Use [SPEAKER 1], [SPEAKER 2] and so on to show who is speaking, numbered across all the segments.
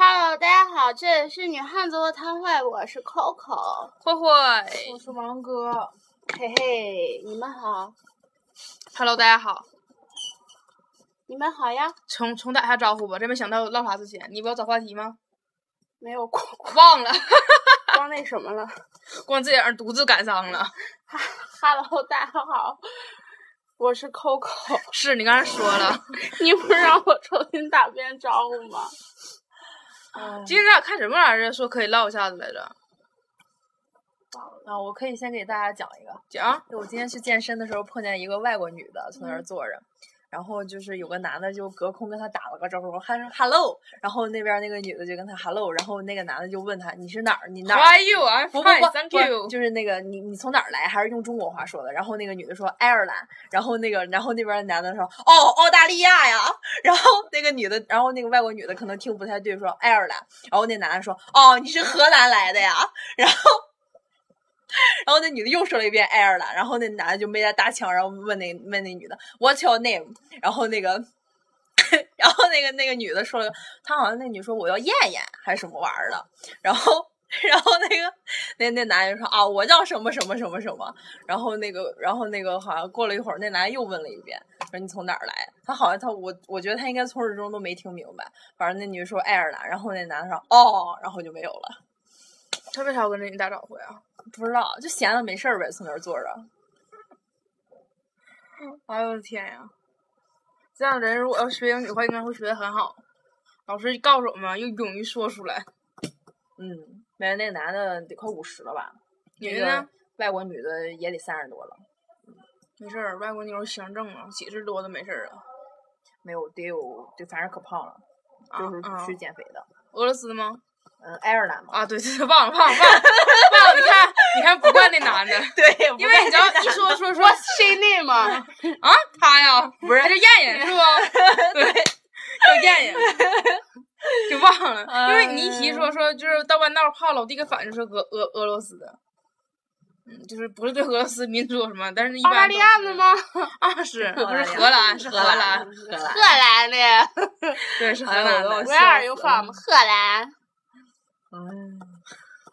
[SPEAKER 1] 好，这是女汉子和瘫痪，我是 Coco，
[SPEAKER 2] 慧慧
[SPEAKER 3] 我是王哥，
[SPEAKER 1] 嘿嘿，你们好，
[SPEAKER 2] ，Hello，大家好，
[SPEAKER 1] 你们好呀，
[SPEAKER 2] 重重打一下招呼吧，真没想到唠啥之前，你不要找话题吗？
[SPEAKER 1] 没有光
[SPEAKER 2] 忘了，
[SPEAKER 1] 光那什么了
[SPEAKER 2] 光自己儿独自感伤了。
[SPEAKER 1] ，Hello，大家好，我是 Coco，
[SPEAKER 2] 是你刚才说了，
[SPEAKER 1] 你不是让我重新打遍招呼吗？
[SPEAKER 2] 今天咱俩看什么玩意儿？说可以唠一下子来着，
[SPEAKER 3] 啊，我可以先给大家讲一个，
[SPEAKER 2] 讲
[SPEAKER 3] 就我今天去健身的时候碰见一个外国女的从那儿坐着，然后就是有个男的就隔空跟她打了个招呼，还说 hello，然后那边那个女的就跟他 hello，然后那个男的就问他你是哪儿，你哪
[SPEAKER 2] ，How
[SPEAKER 3] 儿？
[SPEAKER 2] are you? I'm
[SPEAKER 3] 不不不
[SPEAKER 2] fine, thank
[SPEAKER 3] 不
[SPEAKER 2] you。
[SPEAKER 3] 就是那个你你从哪儿来，还是用中国话说的。然后那个女的说爱尔兰，然后那个然后那边男的说哦澳大利亚呀，然后那个女的，然后那个外国女的可能听不太对，说爱尔兰，然后那男的说哦你是荷兰来的呀，然后。然后那女的又说了一遍爱尔兰，然后那男的就没再搭腔，然后问那问那女的 What's your name？然后那个， 然后那个那个女的说了，她好像那女说我叫燕燕还是什么玩意儿的，然后 然后那个那那男人说啊，我叫什么什么什么什么，然后那个然后那个好像过了一会儿，那男人又问了一遍，说你从哪儿来？他好像他我我觉得他应该从始至终都没听明白，反正那女的说爱尔兰，然后那男的说哦，然后就没有了，
[SPEAKER 2] 他为啥要跟着你打招呼呀？
[SPEAKER 3] 不知道就闲的没事儿呗，从那儿坐着。
[SPEAKER 2] 哎呦我的天呀！这样人如果要学英语的话，应该会学的很好。老师告诉我们，要勇于说出来。
[SPEAKER 3] 嗯，没有那个男的得快五十了吧？
[SPEAKER 2] 女
[SPEAKER 3] 那
[SPEAKER 2] 的
[SPEAKER 3] 个
[SPEAKER 2] 呢？
[SPEAKER 3] 外国女的也得三十多了，
[SPEAKER 2] 没事儿，外国妞儿行政啊，几十多都没事儿啊。
[SPEAKER 3] 没有得有，就反正可胖了，
[SPEAKER 2] 啊
[SPEAKER 3] 就是
[SPEAKER 2] 啊
[SPEAKER 3] 去减肥的。
[SPEAKER 2] 俄罗斯吗？
[SPEAKER 3] 嗯，爱 尔兰嘛。
[SPEAKER 2] 啊，对对，对忘了忘了忘了忘了，你看你看不惯那男的，
[SPEAKER 3] 对，
[SPEAKER 2] 因为你知道一说说说
[SPEAKER 1] 谁那吗？
[SPEAKER 2] 啊，他呀，
[SPEAKER 3] 不是
[SPEAKER 2] 他叫 燕燕是不？对，叫燕燕，就忘
[SPEAKER 3] 哎
[SPEAKER 2] 了，因为你一提说说就是到半道儿胖了，我第一个反应就是俄俄俄罗斯的，嗯，就是不是对俄罗斯民族有什么，但是一般
[SPEAKER 1] 澳大利亚的吗？
[SPEAKER 2] 都是？啊，是
[SPEAKER 3] 澳
[SPEAKER 2] 不
[SPEAKER 3] 大
[SPEAKER 2] 是
[SPEAKER 3] 利亚
[SPEAKER 2] 荷兰？是荷
[SPEAKER 3] 荷兰
[SPEAKER 2] 兰，，
[SPEAKER 3] 荷 兰
[SPEAKER 1] 荷兰的，
[SPEAKER 2] 对，是荷
[SPEAKER 3] 哎呦
[SPEAKER 2] 兰
[SPEAKER 3] 我
[SPEAKER 2] 的
[SPEAKER 3] 笑。
[SPEAKER 1] Where are you
[SPEAKER 3] 死了
[SPEAKER 1] from？荷兰。
[SPEAKER 3] 嗯，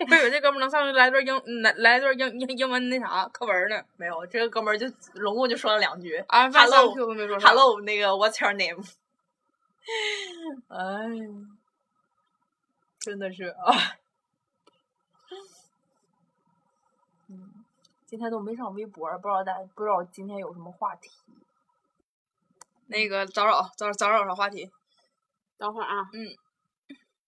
[SPEAKER 2] 我以为这哥们儿能上去来段英来来段英英英文那啥课文呢
[SPEAKER 3] 没有，这个哥们儿就拢共就说了两句
[SPEAKER 2] ，I'm fine,
[SPEAKER 3] Hello
[SPEAKER 2] thank you 都没说啥。
[SPEAKER 3] ，Hello，那个 What's your name？哎呦，真的是啊，嗯，今天都没上微博，不知道大家不知道今天有什么话题。
[SPEAKER 2] 那个找找找找找啥话题？
[SPEAKER 1] 等会儿啊，
[SPEAKER 2] 嗯，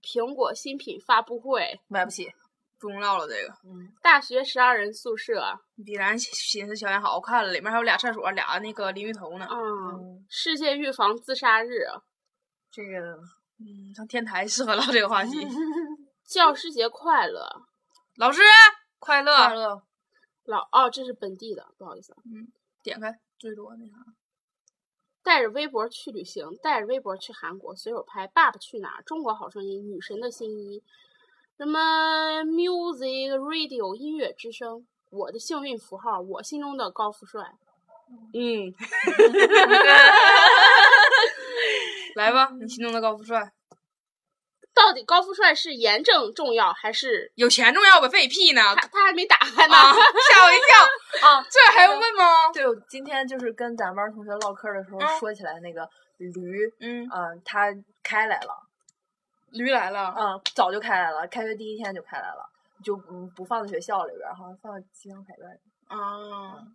[SPEAKER 1] 苹果新品发布会，
[SPEAKER 3] 买不起，
[SPEAKER 2] 不用唠了，这个。
[SPEAKER 1] 大学十二人宿舍，
[SPEAKER 2] 比咱寝室条件好，我看了，里面还有俩厕所，俩那个淋浴头呢。
[SPEAKER 1] 嗯，
[SPEAKER 3] 嗯，
[SPEAKER 1] 世界预防自杀日，
[SPEAKER 3] 这个
[SPEAKER 2] 嗯，上天台适合唠这个话题。
[SPEAKER 1] 教师节快乐。
[SPEAKER 2] 老师，快乐！
[SPEAKER 3] 快乐
[SPEAKER 1] 老哦，这是本地的，不好意思啊。
[SPEAKER 2] 点开最多那啥，
[SPEAKER 1] 带着微博去旅行，带着微博去韩国，随手拍《爸爸去哪儿》《中国好声音》《女神的新衣》，什么 Music Radio 音乐之声，我的幸运符号，我心中的高富帅。嗯，
[SPEAKER 2] 来吧，你心中的高富帅，
[SPEAKER 1] 到底高富帅是严正重要还是
[SPEAKER 2] 有钱重要呗，费屁呢！
[SPEAKER 1] 他他还没打开呢？
[SPEAKER 2] 啊，吓我一跳，
[SPEAKER 3] 啊，
[SPEAKER 2] 这还用问吗？
[SPEAKER 3] 对，我今天 就是跟咱班同学唠嗑的时候
[SPEAKER 2] 嗯
[SPEAKER 3] 说起来那个驴，
[SPEAKER 2] 嗯，
[SPEAKER 3] 嗯，他开来了，
[SPEAKER 2] 驴来了，
[SPEAKER 3] 嗯，早就开来了，开学第一天就开来了，就嗯不放在学校里边儿，好像放在机场海边儿。
[SPEAKER 2] 啊，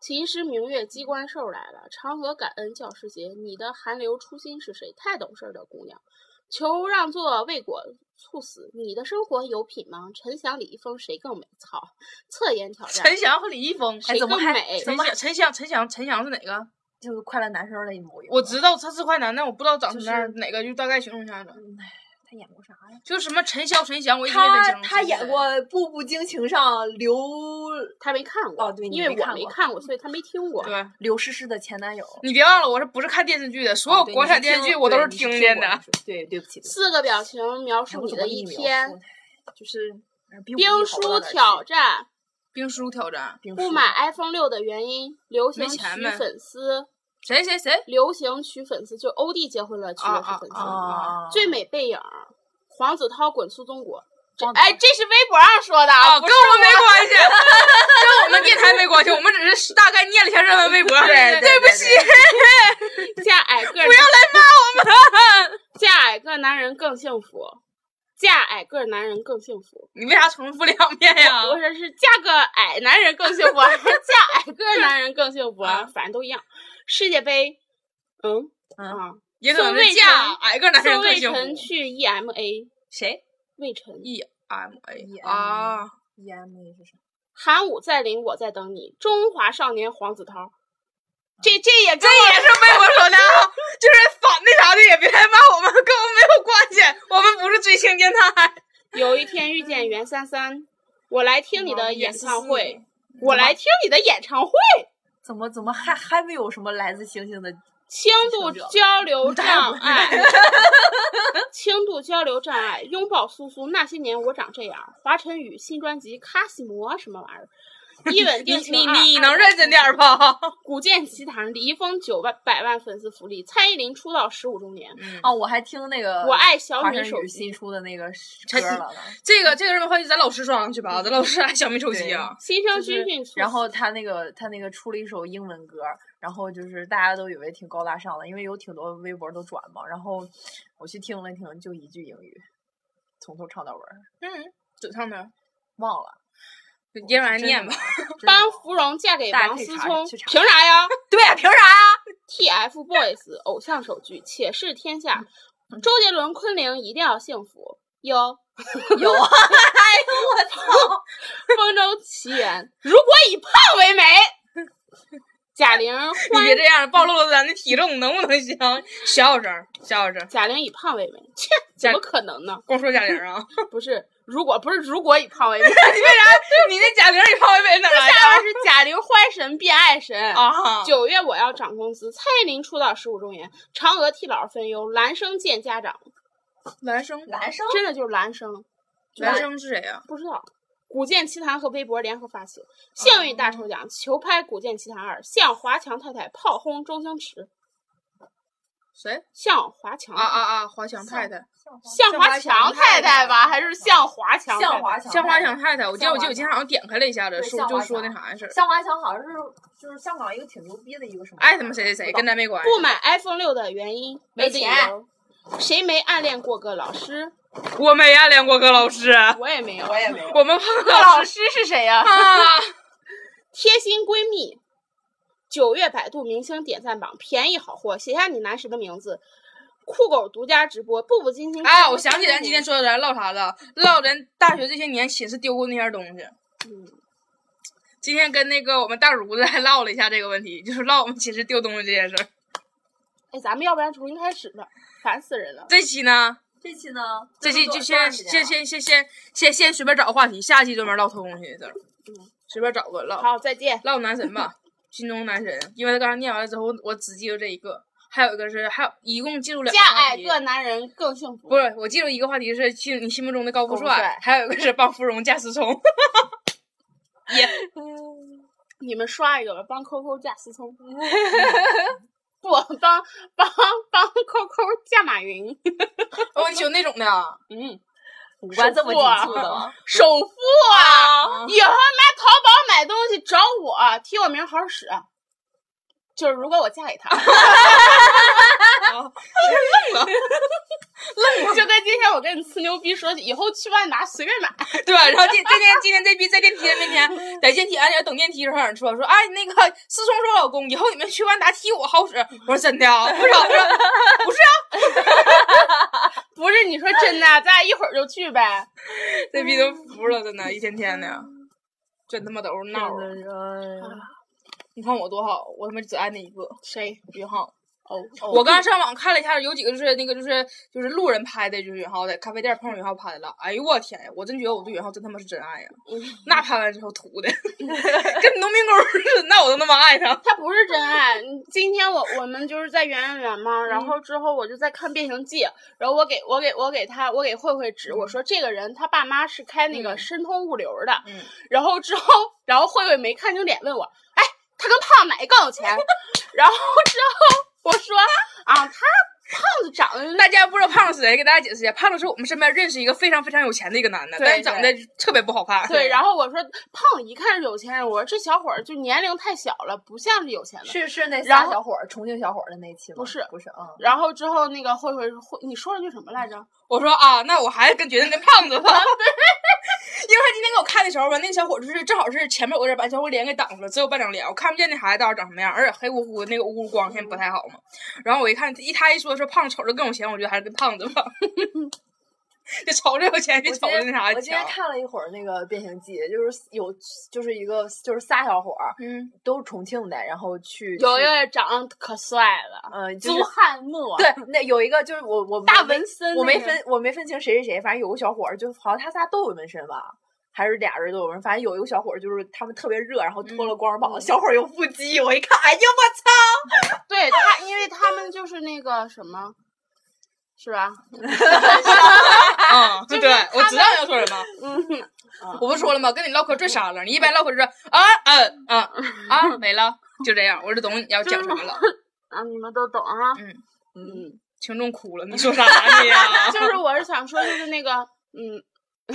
[SPEAKER 1] 其实明月鸡冠兽来了，长河感恩教师节，你的寒流初心是谁？太懂事儿的姑娘，求让座为果猝死，你的生活有品吗？陈翔、李易峰谁更美？操，侧颜挑战，
[SPEAKER 2] 陈翔和李易峰，
[SPEAKER 1] 谁
[SPEAKER 3] 怎么
[SPEAKER 1] 更
[SPEAKER 3] 还
[SPEAKER 1] 美？
[SPEAKER 2] 陈翔，陈翔，陈翔，陈翔是哪个？
[SPEAKER 3] 就是快乐男生的某一个，
[SPEAKER 2] 我知道他是快男，但我不知道长什么样
[SPEAKER 3] 就，
[SPEAKER 2] 哪个就大概形容一下子。
[SPEAKER 3] 嗯他演过啥呀？
[SPEAKER 2] 就是什么陈潇、陈翔，我一直没分
[SPEAKER 3] 他
[SPEAKER 2] 清楚
[SPEAKER 3] 他演过《步步惊情》上刘
[SPEAKER 1] 他没看过，
[SPEAKER 3] 哦对你
[SPEAKER 1] 因为
[SPEAKER 3] 没
[SPEAKER 1] 我
[SPEAKER 3] 看
[SPEAKER 1] 没
[SPEAKER 3] 过
[SPEAKER 1] 看过，所以他没听过。
[SPEAKER 2] 对。
[SPEAKER 3] 刘诗诗的前男友。
[SPEAKER 2] 你别忘了，我是不是看电视剧的？ 所
[SPEAKER 3] 哦
[SPEAKER 2] 有
[SPEAKER 3] 对
[SPEAKER 2] 国
[SPEAKER 3] 你是
[SPEAKER 2] 产电视
[SPEAKER 3] 听
[SPEAKER 2] 剧我都
[SPEAKER 3] 对
[SPEAKER 2] 是
[SPEAKER 3] 你
[SPEAKER 2] 听
[SPEAKER 3] 听
[SPEAKER 2] 见
[SPEAKER 3] 过
[SPEAKER 2] 的。
[SPEAKER 3] 是对，对不起，对不起
[SPEAKER 1] 四个表情描
[SPEAKER 3] 哎
[SPEAKER 1] 述
[SPEAKER 3] 我
[SPEAKER 1] 你
[SPEAKER 3] 怎么
[SPEAKER 1] 的
[SPEAKER 3] 给
[SPEAKER 1] 一
[SPEAKER 3] 你描
[SPEAKER 1] 天
[SPEAKER 3] 述。呢，就是哎比我
[SPEAKER 1] 冰
[SPEAKER 3] 们好不
[SPEAKER 1] 书
[SPEAKER 3] 到哪儿
[SPEAKER 1] 挑
[SPEAKER 3] 去
[SPEAKER 1] 战，
[SPEAKER 2] 冰书挑战，
[SPEAKER 3] 冰
[SPEAKER 1] 不
[SPEAKER 3] 书
[SPEAKER 1] 买 iPhone 六的原因，流行
[SPEAKER 2] 没
[SPEAKER 1] 取
[SPEAKER 2] 钱呗
[SPEAKER 1] 粉丝，
[SPEAKER 2] 谁谁谁？
[SPEAKER 1] 流行取粉丝，就欧弟结婚了，取
[SPEAKER 2] 啊
[SPEAKER 1] 的是
[SPEAKER 2] 啊
[SPEAKER 1] 粉丝。
[SPEAKER 2] 啊
[SPEAKER 3] 啊，
[SPEAKER 1] 最美背影，黄子韬滚出中国。这
[SPEAKER 3] 黄子韬
[SPEAKER 1] 哎，这是微博上说的啊，
[SPEAKER 2] 啊，
[SPEAKER 1] 不
[SPEAKER 2] 跟
[SPEAKER 1] 是
[SPEAKER 2] 我们没关系， 跟我们电台没关系，我们只是大概念了一下热门微博。
[SPEAKER 3] 对对
[SPEAKER 2] 对不
[SPEAKER 3] 对
[SPEAKER 2] 起，
[SPEAKER 1] 嫁矮个儿
[SPEAKER 2] 不
[SPEAKER 1] 男
[SPEAKER 2] 要来骂我们。
[SPEAKER 1] 嫁矮个儿男人更幸福，嫁矮个儿男人更幸福，
[SPEAKER 2] 你为啥重复两遍哎呀？
[SPEAKER 1] 或者是嫁个矮男人更幸福，啊 还是嫁矮个儿男人更幸福啊？反正都一样。世界杯，嗯
[SPEAKER 3] 嗯
[SPEAKER 1] 啊，
[SPEAKER 2] 也可
[SPEAKER 1] 宋
[SPEAKER 2] 能是
[SPEAKER 1] 卫
[SPEAKER 2] 嫁
[SPEAKER 1] 辰
[SPEAKER 2] 矮个男人
[SPEAKER 1] 宋
[SPEAKER 2] 更
[SPEAKER 1] 魏
[SPEAKER 2] 幸
[SPEAKER 1] 晨
[SPEAKER 2] 福。
[SPEAKER 1] 去 E EMA，
[SPEAKER 3] 谁
[SPEAKER 1] 魏晨
[SPEAKER 2] E M A 啊
[SPEAKER 3] EMA，？EMA 是啥？
[SPEAKER 1] 韩武在林，我在等你。中华少年黄子韬，这这也
[SPEAKER 2] 啊这
[SPEAKER 1] 跟
[SPEAKER 2] 也是被我说的啊，就是反那啥的也别来骂我们，跟我们没有关系，我们不是追星电台。
[SPEAKER 1] 我有一天遇见袁珊珊，我来听你的演唱
[SPEAKER 3] 哦
[SPEAKER 1] 会，我
[SPEAKER 3] 么
[SPEAKER 1] 来听你的演唱会。
[SPEAKER 3] 怎么怎么还还没有什么来自星星的？
[SPEAKER 1] 轻度交流障碍， 轻度交流障碍，拥抱苏苏。那些年我长这样，华晨宇新专辑《卡西摩》什么玩意儿？一吻
[SPEAKER 2] 你
[SPEAKER 1] 定
[SPEAKER 2] 你
[SPEAKER 1] 情
[SPEAKER 2] 你能认真点儿？吧？
[SPEAKER 1] 古剑奇谭，李易峰九万百万粉丝福利，蔡依林出道十五周年，
[SPEAKER 2] 嗯
[SPEAKER 3] 哦，我还听那个
[SPEAKER 1] 我爱小
[SPEAKER 3] 华
[SPEAKER 1] 米
[SPEAKER 3] 晨
[SPEAKER 1] 手
[SPEAKER 3] 宇
[SPEAKER 1] 机
[SPEAKER 3] 新，出的那个歌
[SPEAKER 2] 陈
[SPEAKER 3] 了吧。
[SPEAKER 2] 这个这个热门话题，咱老师说上去吧，咱老师还小米手机啊。
[SPEAKER 1] 新
[SPEAKER 3] 就
[SPEAKER 1] 生
[SPEAKER 3] 是
[SPEAKER 1] 军训促，
[SPEAKER 3] 然后他那个他那个出了一首英文歌，然后就是大家都以为挺高大上的，因为有挺多微博都转嘛。然后我去听了听，就一句英语，从头唱到尾儿，
[SPEAKER 2] 嗯，怎唱的？
[SPEAKER 3] 忘了。
[SPEAKER 2] 一人来念吧。
[SPEAKER 3] 真的
[SPEAKER 1] 帮
[SPEAKER 3] 忘了
[SPEAKER 1] 芙蓉嫁给
[SPEAKER 3] 大家
[SPEAKER 1] 王
[SPEAKER 3] 可以
[SPEAKER 1] 思
[SPEAKER 3] 查
[SPEAKER 1] 聪
[SPEAKER 3] 去，查
[SPEAKER 1] 凭啥呀
[SPEAKER 3] 对，凭啥呀？
[SPEAKER 1] ？TFBOYS 偶像首剧《且试天下》，周杰伦、昆凌一定要幸福。 有
[SPEAKER 3] 有 啊！哎呦我操！
[SPEAKER 1] 风州奇缘， 如果以胖为美， 贾玲
[SPEAKER 2] 你别
[SPEAKER 1] 欢
[SPEAKER 2] 这样，暴露了咱的体重，能不能行？小小声，小小声，
[SPEAKER 1] 贾玲以胖为美，切，怎
[SPEAKER 2] 贾
[SPEAKER 1] 么可能呢？
[SPEAKER 2] 光说贾玲 啊。
[SPEAKER 1] 不是，如果不是如果以胖为 美，
[SPEAKER 2] 你为啥？你那贾玲与潘玮柏哪来
[SPEAKER 1] 下
[SPEAKER 2] 的？
[SPEAKER 1] 面是贾玲欢神变爱神。
[SPEAKER 2] 啊，
[SPEAKER 1] 九月我要涨工资，蔡依林出道十五周年，嫦娥替老师分忧，男生见家长，
[SPEAKER 2] 男生，
[SPEAKER 3] 男生
[SPEAKER 1] 真的就是男生，
[SPEAKER 2] 男生是谁啊呀？
[SPEAKER 1] 不知道。古剑奇谭和微博联合发起幸运大抽奖，求拍《古剑奇谭二》，向华强太太炮轰周星驰，
[SPEAKER 2] 谁？
[SPEAKER 1] 向华强
[SPEAKER 2] 啊啊啊！华强太太，
[SPEAKER 1] 哦向华强太太吧，还是向华强？
[SPEAKER 3] 向华强
[SPEAKER 2] 向华强太太，我记得我记得我
[SPEAKER 3] 向华强
[SPEAKER 2] 今天好像点开了一下子，
[SPEAKER 3] 对
[SPEAKER 2] 说
[SPEAKER 3] 向华
[SPEAKER 2] 就
[SPEAKER 3] 强
[SPEAKER 2] 说那啥的事儿，
[SPEAKER 3] 向华强好像是就是香港一个挺牛逼的一个什么
[SPEAKER 2] 爱他妈谁谁谁，跟咱没关系。
[SPEAKER 1] 不买 iPhone 六的原因
[SPEAKER 3] 没
[SPEAKER 1] 理
[SPEAKER 3] 钱
[SPEAKER 1] 由。谁没暗恋过个老师？
[SPEAKER 2] 我没暗恋过葛老师，
[SPEAKER 1] 我也没有。
[SPEAKER 3] 也没有
[SPEAKER 2] 我们碰
[SPEAKER 1] 葛
[SPEAKER 2] 到
[SPEAKER 1] 老师是谁呀、
[SPEAKER 2] 啊，
[SPEAKER 1] 贴心闺蜜。九月百度明星点赞榜便宜好货，写下你男神的名字。酷狗独家直播，步步惊心。
[SPEAKER 2] 哎，我想起咱今天说的咱唠啥了，唠咱大学这些年寝室丢过那些东西。
[SPEAKER 1] 嗯
[SPEAKER 2] 今天跟那个我们大主子还唠了一下这个问题，就是唠我们寝室丢东西这件事儿。
[SPEAKER 1] 哎，咱们要不然重新开始吧，烦死人了。
[SPEAKER 2] 这期呢，
[SPEAKER 3] 这期呢，
[SPEAKER 2] 这期就先
[SPEAKER 1] 啊
[SPEAKER 2] 先先
[SPEAKER 3] 先
[SPEAKER 2] 先先先先随便找个话题，下期专门唠偷东西的事儿
[SPEAKER 1] 嗯，
[SPEAKER 2] 随便找个唠。
[SPEAKER 1] 好，再见。
[SPEAKER 2] 唠男神吧，心中男神，因为他刚才念完了之后，我只记住这一个，还有一个是还有一共记住两个
[SPEAKER 1] 嫁
[SPEAKER 2] 话
[SPEAKER 1] 矮
[SPEAKER 2] 题，
[SPEAKER 1] 个男人更幸福。
[SPEAKER 2] 不是我记住一个话题是心你心目中的高富
[SPEAKER 1] 高富帅
[SPEAKER 2] 还有一个是帮芙蓉嫁思聪，也
[SPEAKER 1] 你们刷一个吧，帮扣扣嫁思 聪，不帮帮帮扣扣嫁马云，
[SPEAKER 2] 哦，你喜欢那种的啊，
[SPEAKER 1] 嗯，
[SPEAKER 3] 五官这么紧促的吗？
[SPEAKER 1] 首富啊！
[SPEAKER 2] 嗯
[SPEAKER 1] 以后来淘宝买东西找我，提我名好使。就是如果我嫁给他，
[SPEAKER 2] 哦
[SPEAKER 1] 就跟今天我跟你呲牛逼说，以后去万达随便买。
[SPEAKER 2] 对吧？然后今这天今天这逼在电梯那天，在电梯俺俩等电梯的时候，俺说说哎那个思聪说老公以后你们去万达踢我好使，我说真的啊，不是啊不是啊，
[SPEAKER 1] 不是你说真的， 咱俩一会儿就去呗。
[SPEAKER 2] 这逼都服了，真的，一天天的，真他妈都是闹的。
[SPEAKER 1] 呃
[SPEAKER 2] 你看我多好，我他妈只爱那一个
[SPEAKER 1] 谁？
[SPEAKER 2] 云浩。
[SPEAKER 1] 哦，
[SPEAKER 2] 我刚上网看了一下，有几个就是那个就是就是路人拍的，就是允浩在咖啡店碰上允浩拍的。哎呦我天呀，我真觉得我对允浩真他妈是真爱呀！那拍完之后涂的， 跟农民工似的，那我都那么爱他。
[SPEAKER 1] 他不是真爱。你今天我我们就是在圆圆园嘛，然后之后我就在看《变形记》，然后我给我给我给他我给慧慧指，我说这个人他爸妈是开那个
[SPEAKER 2] 嗯
[SPEAKER 1] 申通物流的，
[SPEAKER 2] 嗯
[SPEAKER 1] 然后之后然后慧慧没看清脸问我， 哎，他跟胖哪个更有钱？然后之后我说啊，他胖子长得
[SPEAKER 2] 大家不知道胖子是谁，给大家解释一下，胖子是我们身边认识一个非常非常有钱的一个男的，
[SPEAKER 3] 对
[SPEAKER 2] 但是长得特别不好看。
[SPEAKER 1] 对，然后我说胖一看是有钱人，我说这小伙儿就年龄太小了，不像是有钱的。
[SPEAKER 3] 是是那
[SPEAKER 1] 然
[SPEAKER 3] 仨
[SPEAKER 1] 后
[SPEAKER 3] 小伙儿，重庆小伙儿的那期吗？
[SPEAKER 1] 不是
[SPEAKER 3] 不是，嗯，
[SPEAKER 1] 然后之后那个慧慧慧，你说了句什么来着？
[SPEAKER 2] 我说啊，那我还是跟决定跟胖子吧，因为
[SPEAKER 3] 啊
[SPEAKER 2] 他今天给我看的时候吧，那个小伙就是正好是前面有个人把小伙脸给挡住了，只有半张脸，我看不见那孩子到底长什么样，而且黑乎乎的那个乌光线不太好嘛。然后我一看，一他一说说胖子瞅着更有钱，我觉得还是跟胖子吧， 就瞅着有钱，比瞅
[SPEAKER 3] 我
[SPEAKER 2] 着
[SPEAKER 3] 今
[SPEAKER 2] 那
[SPEAKER 3] 天
[SPEAKER 2] 啥
[SPEAKER 3] 我今天
[SPEAKER 2] 强。
[SPEAKER 3] 看了一会儿那个《变形记》，就是有就是一个就是仨小伙儿，
[SPEAKER 2] 嗯，
[SPEAKER 3] 都是重庆的，然后去
[SPEAKER 1] 有一
[SPEAKER 3] 去
[SPEAKER 1] 个长得可帅了，啊
[SPEAKER 3] 呃，就
[SPEAKER 1] 朱
[SPEAKER 3] 是
[SPEAKER 1] 汉墨，
[SPEAKER 3] 对，那有一个就是我我
[SPEAKER 1] 大
[SPEAKER 3] 没
[SPEAKER 1] 纹身、
[SPEAKER 3] 我没分，我没分清谁是谁，反正有个小伙儿，就好像他仨都有纹身吧，还是俩人都有纹身，反正有一个小伙儿就是他们特别热，然后脱了
[SPEAKER 1] 嗯
[SPEAKER 3] 光膀，小伙儿有腹肌，我一看，哎呀我操！
[SPEAKER 1] 对他，因为他们就是那个什么，是吧？
[SPEAKER 2] 嗯，对，我知道你要说什么。
[SPEAKER 1] 嗯，
[SPEAKER 2] 我不说了吗？跟你唠嗑最傻了，你一般唠嗑 就是啊嗯啊啊没了，就这样，我就懂你要讲什么 了。
[SPEAKER 1] 啊，你们都懂 啊。
[SPEAKER 2] 嗯
[SPEAKER 1] 嗯，
[SPEAKER 2] 听众哭了，你说啥呢呀？
[SPEAKER 1] 就是我是想说，就是那个，嗯，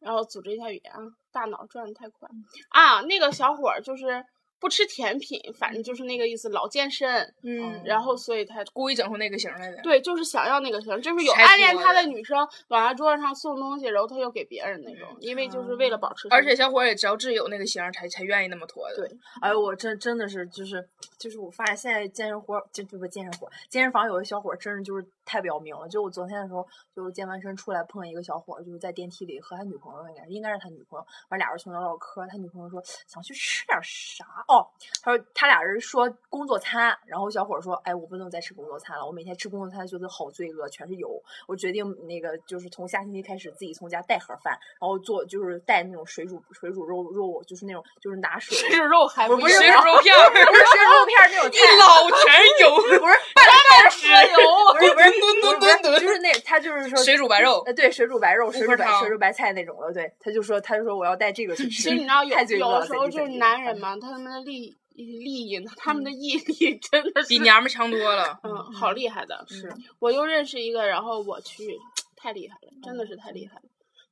[SPEAKER 1] 然后组织一下语言啊，大脑转的太快啊。那个小伙儿就是不吃甜品，反正就是那个意思，老健身，
[SPEAKER 3] 哦
[SPEAKER 2] 嗯，
[SPEAKER 1] 然后所以他
[SPEAKER 2] 故意整出那个型儿来的。
[SPEAKER 1] 对，就是想要那个型，就是有
[SPEAKER 2] 才
[SPEAKER 1] 暗恋
[SPEAKER 2] 多
[SPEAKER 1] 他的
[SPEAKER 2] 的
[SPEAKER 1] 女生往他桌子上送东西，然后他又给别人那种，因为就是为了保持身材，
[SPEAKER 2] 而且小伙儿也只要自己有那个型儿，才才愿意那么脱的。
[SPEAKER 1] 对
[SPEAKER 3] 哎呦，我真真的是就是就是，我发现现在健身活儿就就不健身活儿，健身房有的小伙儿真是就是太表明了。就我昨天的时候，就是健完身出来碰一个小伙儿，就是在电梯里和他女朋友应该应该是他女朋友，完俩人从那唠嗑儿，他女朋友说想去吃点啥哦，他说他俩人说工作餐，然后小伙儿说哎我不能再吃工作餐了，我每天吃工作餐觉得好罪恶，全是油，我决定那个就是从下星期开始自己从家带盒饭，然后做就是带那种水煮水煮肉肉，就是那种就是拿 水
[SPEAKER 1] 吃肉还
[SPEAKER 3] 我
[SPEAKER 1] 不
[SPEAKER 3] 不是
[SPEAKER 1] 行
[SPEAKER 2] 水煮肉片 儿，
[SPEAKER 3] 不是吃肉片儿那种
[SPEAKER 2] 一
[SPEAKER 3] 菜，
[SPEAKER 2] 捞全是油，
[SPEAKER 3] 不是
[SPEAKER 2] 半吃
[SPEAKER 3] 油， 不是不
[SPEAKER 2] 吨
[SPEAKER 3] 是不
[SPEAKER 2] 吨
[SPEAKER 3] 是不
[SPEAKER 2] 吨
[SPEAKER 3] 是
[SPEAKER 2] 吨
[SPEAKER 3] 就是那他就是说
[SPEAKER 2] 水煮白肉。
[SPEAKER 3] 呃对水煮白肉、水
[SPEAKER 2] 锅
[SPEAKER 3] 煮白
[SPEAKER 2] 汤
[SPEAKER 3] 水煮白菜那种的，对，他就说他就说我要带这个去吃，
[SPEAKER 1] 其实你知道有
[SPEAKER 3] 太罪恶
[SPEAKER 1] 有
[SPEAKER 3] 了
[SPEAKER 1] 的时候就是男
[SPEAKER 2] 嗯
[SPEAKER 1] 人，
[SPEAKER 3] 怎么
[SPEAKER 1] 嘛，他们的力力瘾，他们的毅力真的是
[SPEAKER 2] 比嗯娘们儿嗯强多了，
[SPEAKER 1] 嗯好厉害的。
[SPEAKER 3] 怎么怎么样
[SPEAKER 1] 我又认识一个，然后我去，太厉害了，真的是太
[SPEAKER 2] 嗯
[SPEAKER 1] 厉害了。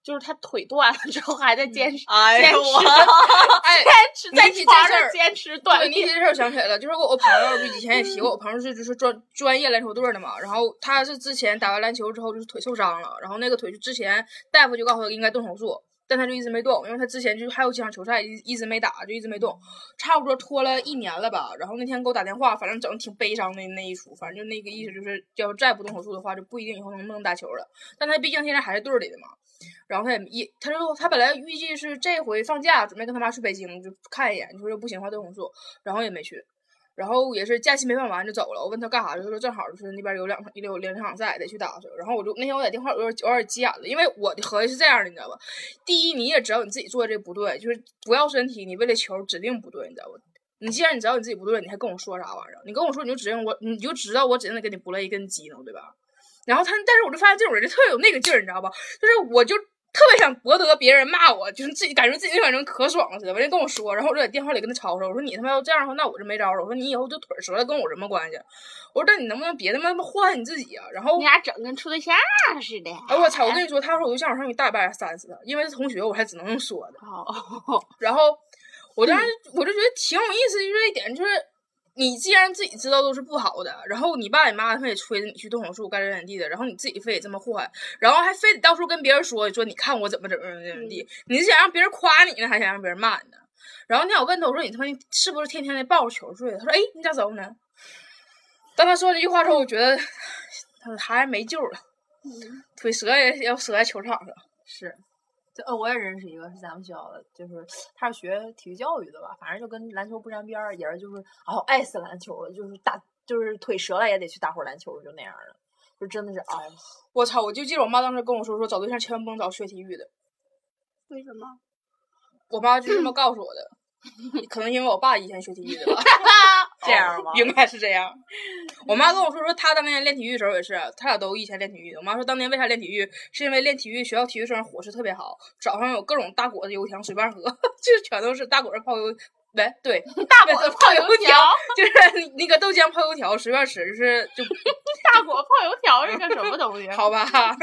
[SPEAKER 1] 就是他腿断了之后还在坚持，
[SPEAKER 3] 是，哎
[SPEAKER 1] 坚
[SPEAKER 3] 呦我
[SPEAKER 1] 持，
[SPEAKER 2] 哎，
[SPEAKER 1] 坚持在
[SPEAKER 2] 你提这
[SPEAKER 1] 床
[SPEAKER 2] 事
[SPEAKER 1] 上
[SPEAKER 2] 儿
[SPEAKER 1] 坚持锻
[SPEAKER 2] 对，你提
[SPEAKER 1] 炼。
[SPEAKER 2] 这事儿想起来了，就是我我朋友，就以前也提过，我朋友是就是专专业篮球队儿的嘛，然后他是之前打完篮球之后就是腿受伤了，然后那个腿就之前大夫就告诉他应该动手术，但他就一直没动，因为他之前就是还有几场球赛一一直没打，就一直没动，差不多拖了一年了吧。然后那天给我打电话，反正整得挺悲伤的那一出，反正就那个意思就是，要再不动手术的话，就不一定以后能不能打球了。但他毕竟现在还是队儿里的嘛。然后他也一，他就他本来预计是这回放假准备跟他妈去北京就看一眼，就说不行的话动手术，然后也没去，然后也是假期没办完就走了。我问他干啥，他说正好就是那边有两场有两场赛得去打去。然后我就那天我在电话里有点有点急眼了，因为我的合计是这样的，你知道吧？第一，你也知道你自己做的这不对，就是不要身体，你为了球指定不对，你知道吧？你既然你知道你自己不对，你还跟我说啥玩意儿？你跟我说你就指定我，你就知道我指定得给你拨了一根鸡呢，对吧？然后他，但是我就发现这种人就特别有那个劲儿，你知道吧？就是我就特别想博得别人骂我，就是自己感觉自己就感觉可爽了似的。完了跟我说，然后我就在电话里跟他吵吵，我说你他妈要这样的话，那我就没招了。我说你以后就腿折了跟我什么关系？我说但你能不能别他妈换你自己啊？然后
[SPEAKER 1] 你俩整跟处对象似的。
[SPEAKER 2] 哎我操！我跟你说，他说我对象我上去大半扇死他，因为是同学，我还只能用说的。
[SPEAKER 1] 哦，
[SPEAKER 2] 然后我当时我就觉得挺有意思，就是一点就是。你既然自己知道都是不好的，然后你爸你妈他们也催着你去动手术，该怎么怎么地的，然后你自己非得这么祸害，然后还非得到处跟别人说说你看我怎么怎么怎么怎么地，你是想让别人夸你呢，还想让别人骂你呢？然后那天我问他，我说你他妈是不是天天的抱着球睡的？他说哎，你咋知道呢？当他说这句话之后，我觉得他还没救了，腿折也要折在球场上。
[SPEAKER 3] 是。就呃，我也认识一个，是咱们学校的，就是他是学体育教育的吧，反正就跟篮球不沾边儿，也是就是，哎呦，爱死篮球了，就是打，就是腿折了也得去打会儿篮球，就那样的，就真的是，哎呀，
[SPEAKER 2] 我操！我就记得我妈当时跟我说说，找对象千万不能找学体育的。
[SPEAKER 1] 为什 么？
[SPEAKER 2] 我妈就这么告诉我的，可能因为我爸以前学体育 的吧，哦
[SPEAKER 3] 这样吗？
[SPEAKER 2] 应该是这样。我妈跟我说说，她当年练体育的时候也是，她俩都以前练体育的。我妈说，当年为啥练体育，是因为练体育学校体育 生伙食特别好，早上有各种大果子、油条随便喝，就全都是大果子泡油不对，
[SPEAKER 1] 大
[SPEAKER 2] 对
[SPEAKER 1] 果
[SPEAKER 2] 就
[SPEAKER 1] 泡
[SPEAKER 2] 油
[SPEAKER 1] 油条，
[SPEAKER 2] 就是你那个豆浆泡油条，随便吃就是就
[SPEAKER 1] 大果泡油条是个什么东西？
[SPEAKER 2] 好吧，
[SPEAKER 1] 棒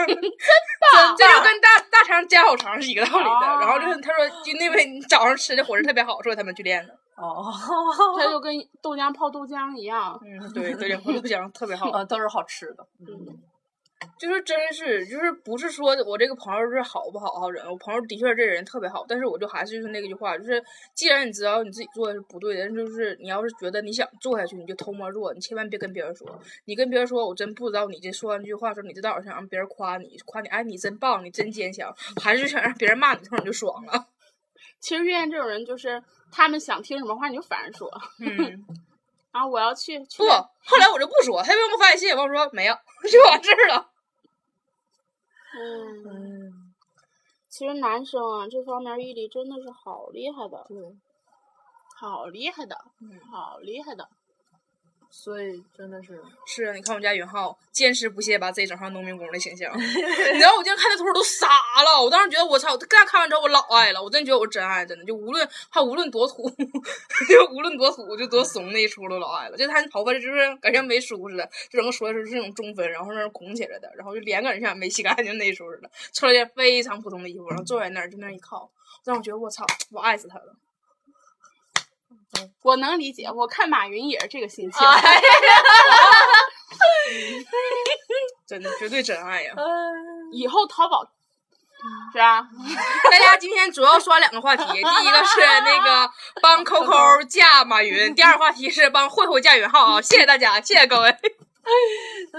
[SPEAKER 2] 这就跟大大肠加小肠是一个道理的。
[SPEAKER 1] 哦
[SPEAKER 2] 然后就是他说，就那位早上吃的伙食特别好，说他们去练的。
[SPEAKER 3] 哦，
[SPEAKER 1] 它就跟豆浆泡豆浆一样。
[SPEAKER 2] 嗯，对，对，豆浆特别好。
[SPEAKER 3] 呃，都是好吃的。
[SPEAKER 1] 嗯，
[SPEAKER 2] 就是真是，就是不是说我这个朋友是好不好好人，我朋友的确这人特别好，但是我就还是就是那句话，就是既然你知道你自己做的是不对的，那就是你要是觉得你想做下去，你就偷摸做，你千万别跟别人说。你跟别人说，我真不知道，你这说完这句话的时候，你这到底想让别人夸你，夸你，哎，你真棒，你真坚强，还是想让别人骂你的时候你就爽了？
[SPEAKER 1] 其实遇见这种人，就是他们想听什么话你就反着说。
[SPEAKER 2] 嗯，
[SPEAKER 1] 啊，我要去去
[SPEAKER 2] 不，后来我就不说，他有没有发微信？我说没有， 就完事儿了。
[SPEAKER 1] 嗯，
[SPEAKER 3] 嗯，
[SPEAKER 1] 其实男生啊，这方面毅力真的是好厉害的，
[SPEAKER 3] 对，
[SPEAKER 1] 好厉害的，
[SPEAKER 2] 嗯
[SPEAKER 1] 好厉害的。
[SPEAKER 3] 所以真的是，
[SPEAKER 2] 是啊，你看我们家云浩坚持不懈把自己整成农民工的形象， 你知道我今天看那图儿都傻了，我当时觉得我操，跟他看完之后我老爱了，我真觉得我真爱，真的就无论他无论多土， 就无论多土就多怂那一出都老爱了，就他那头发就是感觉像没梳似的，就整个梳的是这种中分，然后那儿拱起来的，然后就脸感觉像没洗干净那一出似的，穿了件非常普通的衣服，然后坐在那儿就那儿一靠，让我觉得我操，我爱死他了。
[SPEAKER 1] 我能理解，我看马云也是这个心情。
[SPEAKER 2] 啊
[SPEAKER 3] 哎
[SPEAKER 2] 真的绝对真爱呀！
[SPEAKER 1] 以后淘宝
[SPEAKER 2] 嗯
[SPEAKER 1] 是吧？
[SPEAKER 2] 大家今天主要刷两个话题，第一个是那个帮 Coco 嫁马云，第二个话题是帮慧慧嫁云浩啊！谢谢大家，谢谢各位。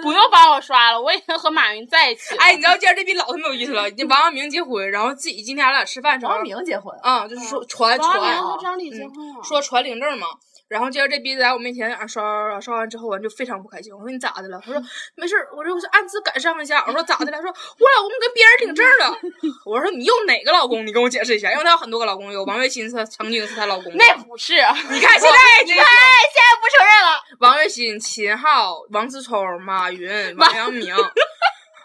[SPEAKER 1] 不用帮我刷了，我已经和马云在一起了。
[SPEAKER 2] 哎，你知道今儿这逼老他妈有意思了，王阳明结婚，然后自己今天俺俩吃饭时候
[SPEAKER 3] 王，明结婚，
[SPEAKER 2] 啊、就是说传
[SPEAKER 1] 王阳
[SPEAKER 2] 传
[SPEAKER 1] 明和张丽结婚了，
[SPEAKER 2] 说传领证嘛。然后今儿这逼在我面前啊俺刷刷刷完之后，完就非常不开心。我说你咋的了？ 他说没事儿，我说我是暗自感伤一下。我说咋的了？他说我老公跟别人领证了。 我说你用哪个老公？你跟我解释一下，因为他有很多个老公，有王月鑫是她曾经是她老公。
[SPEAKER 1] 那不是，
[SPEAKER 2] 你看现在这个
[SPEAKER 1] 现在不承认了。
[SPEAKER 2] 王栎鑫、秦昊、王思聪、马云、王 阳明，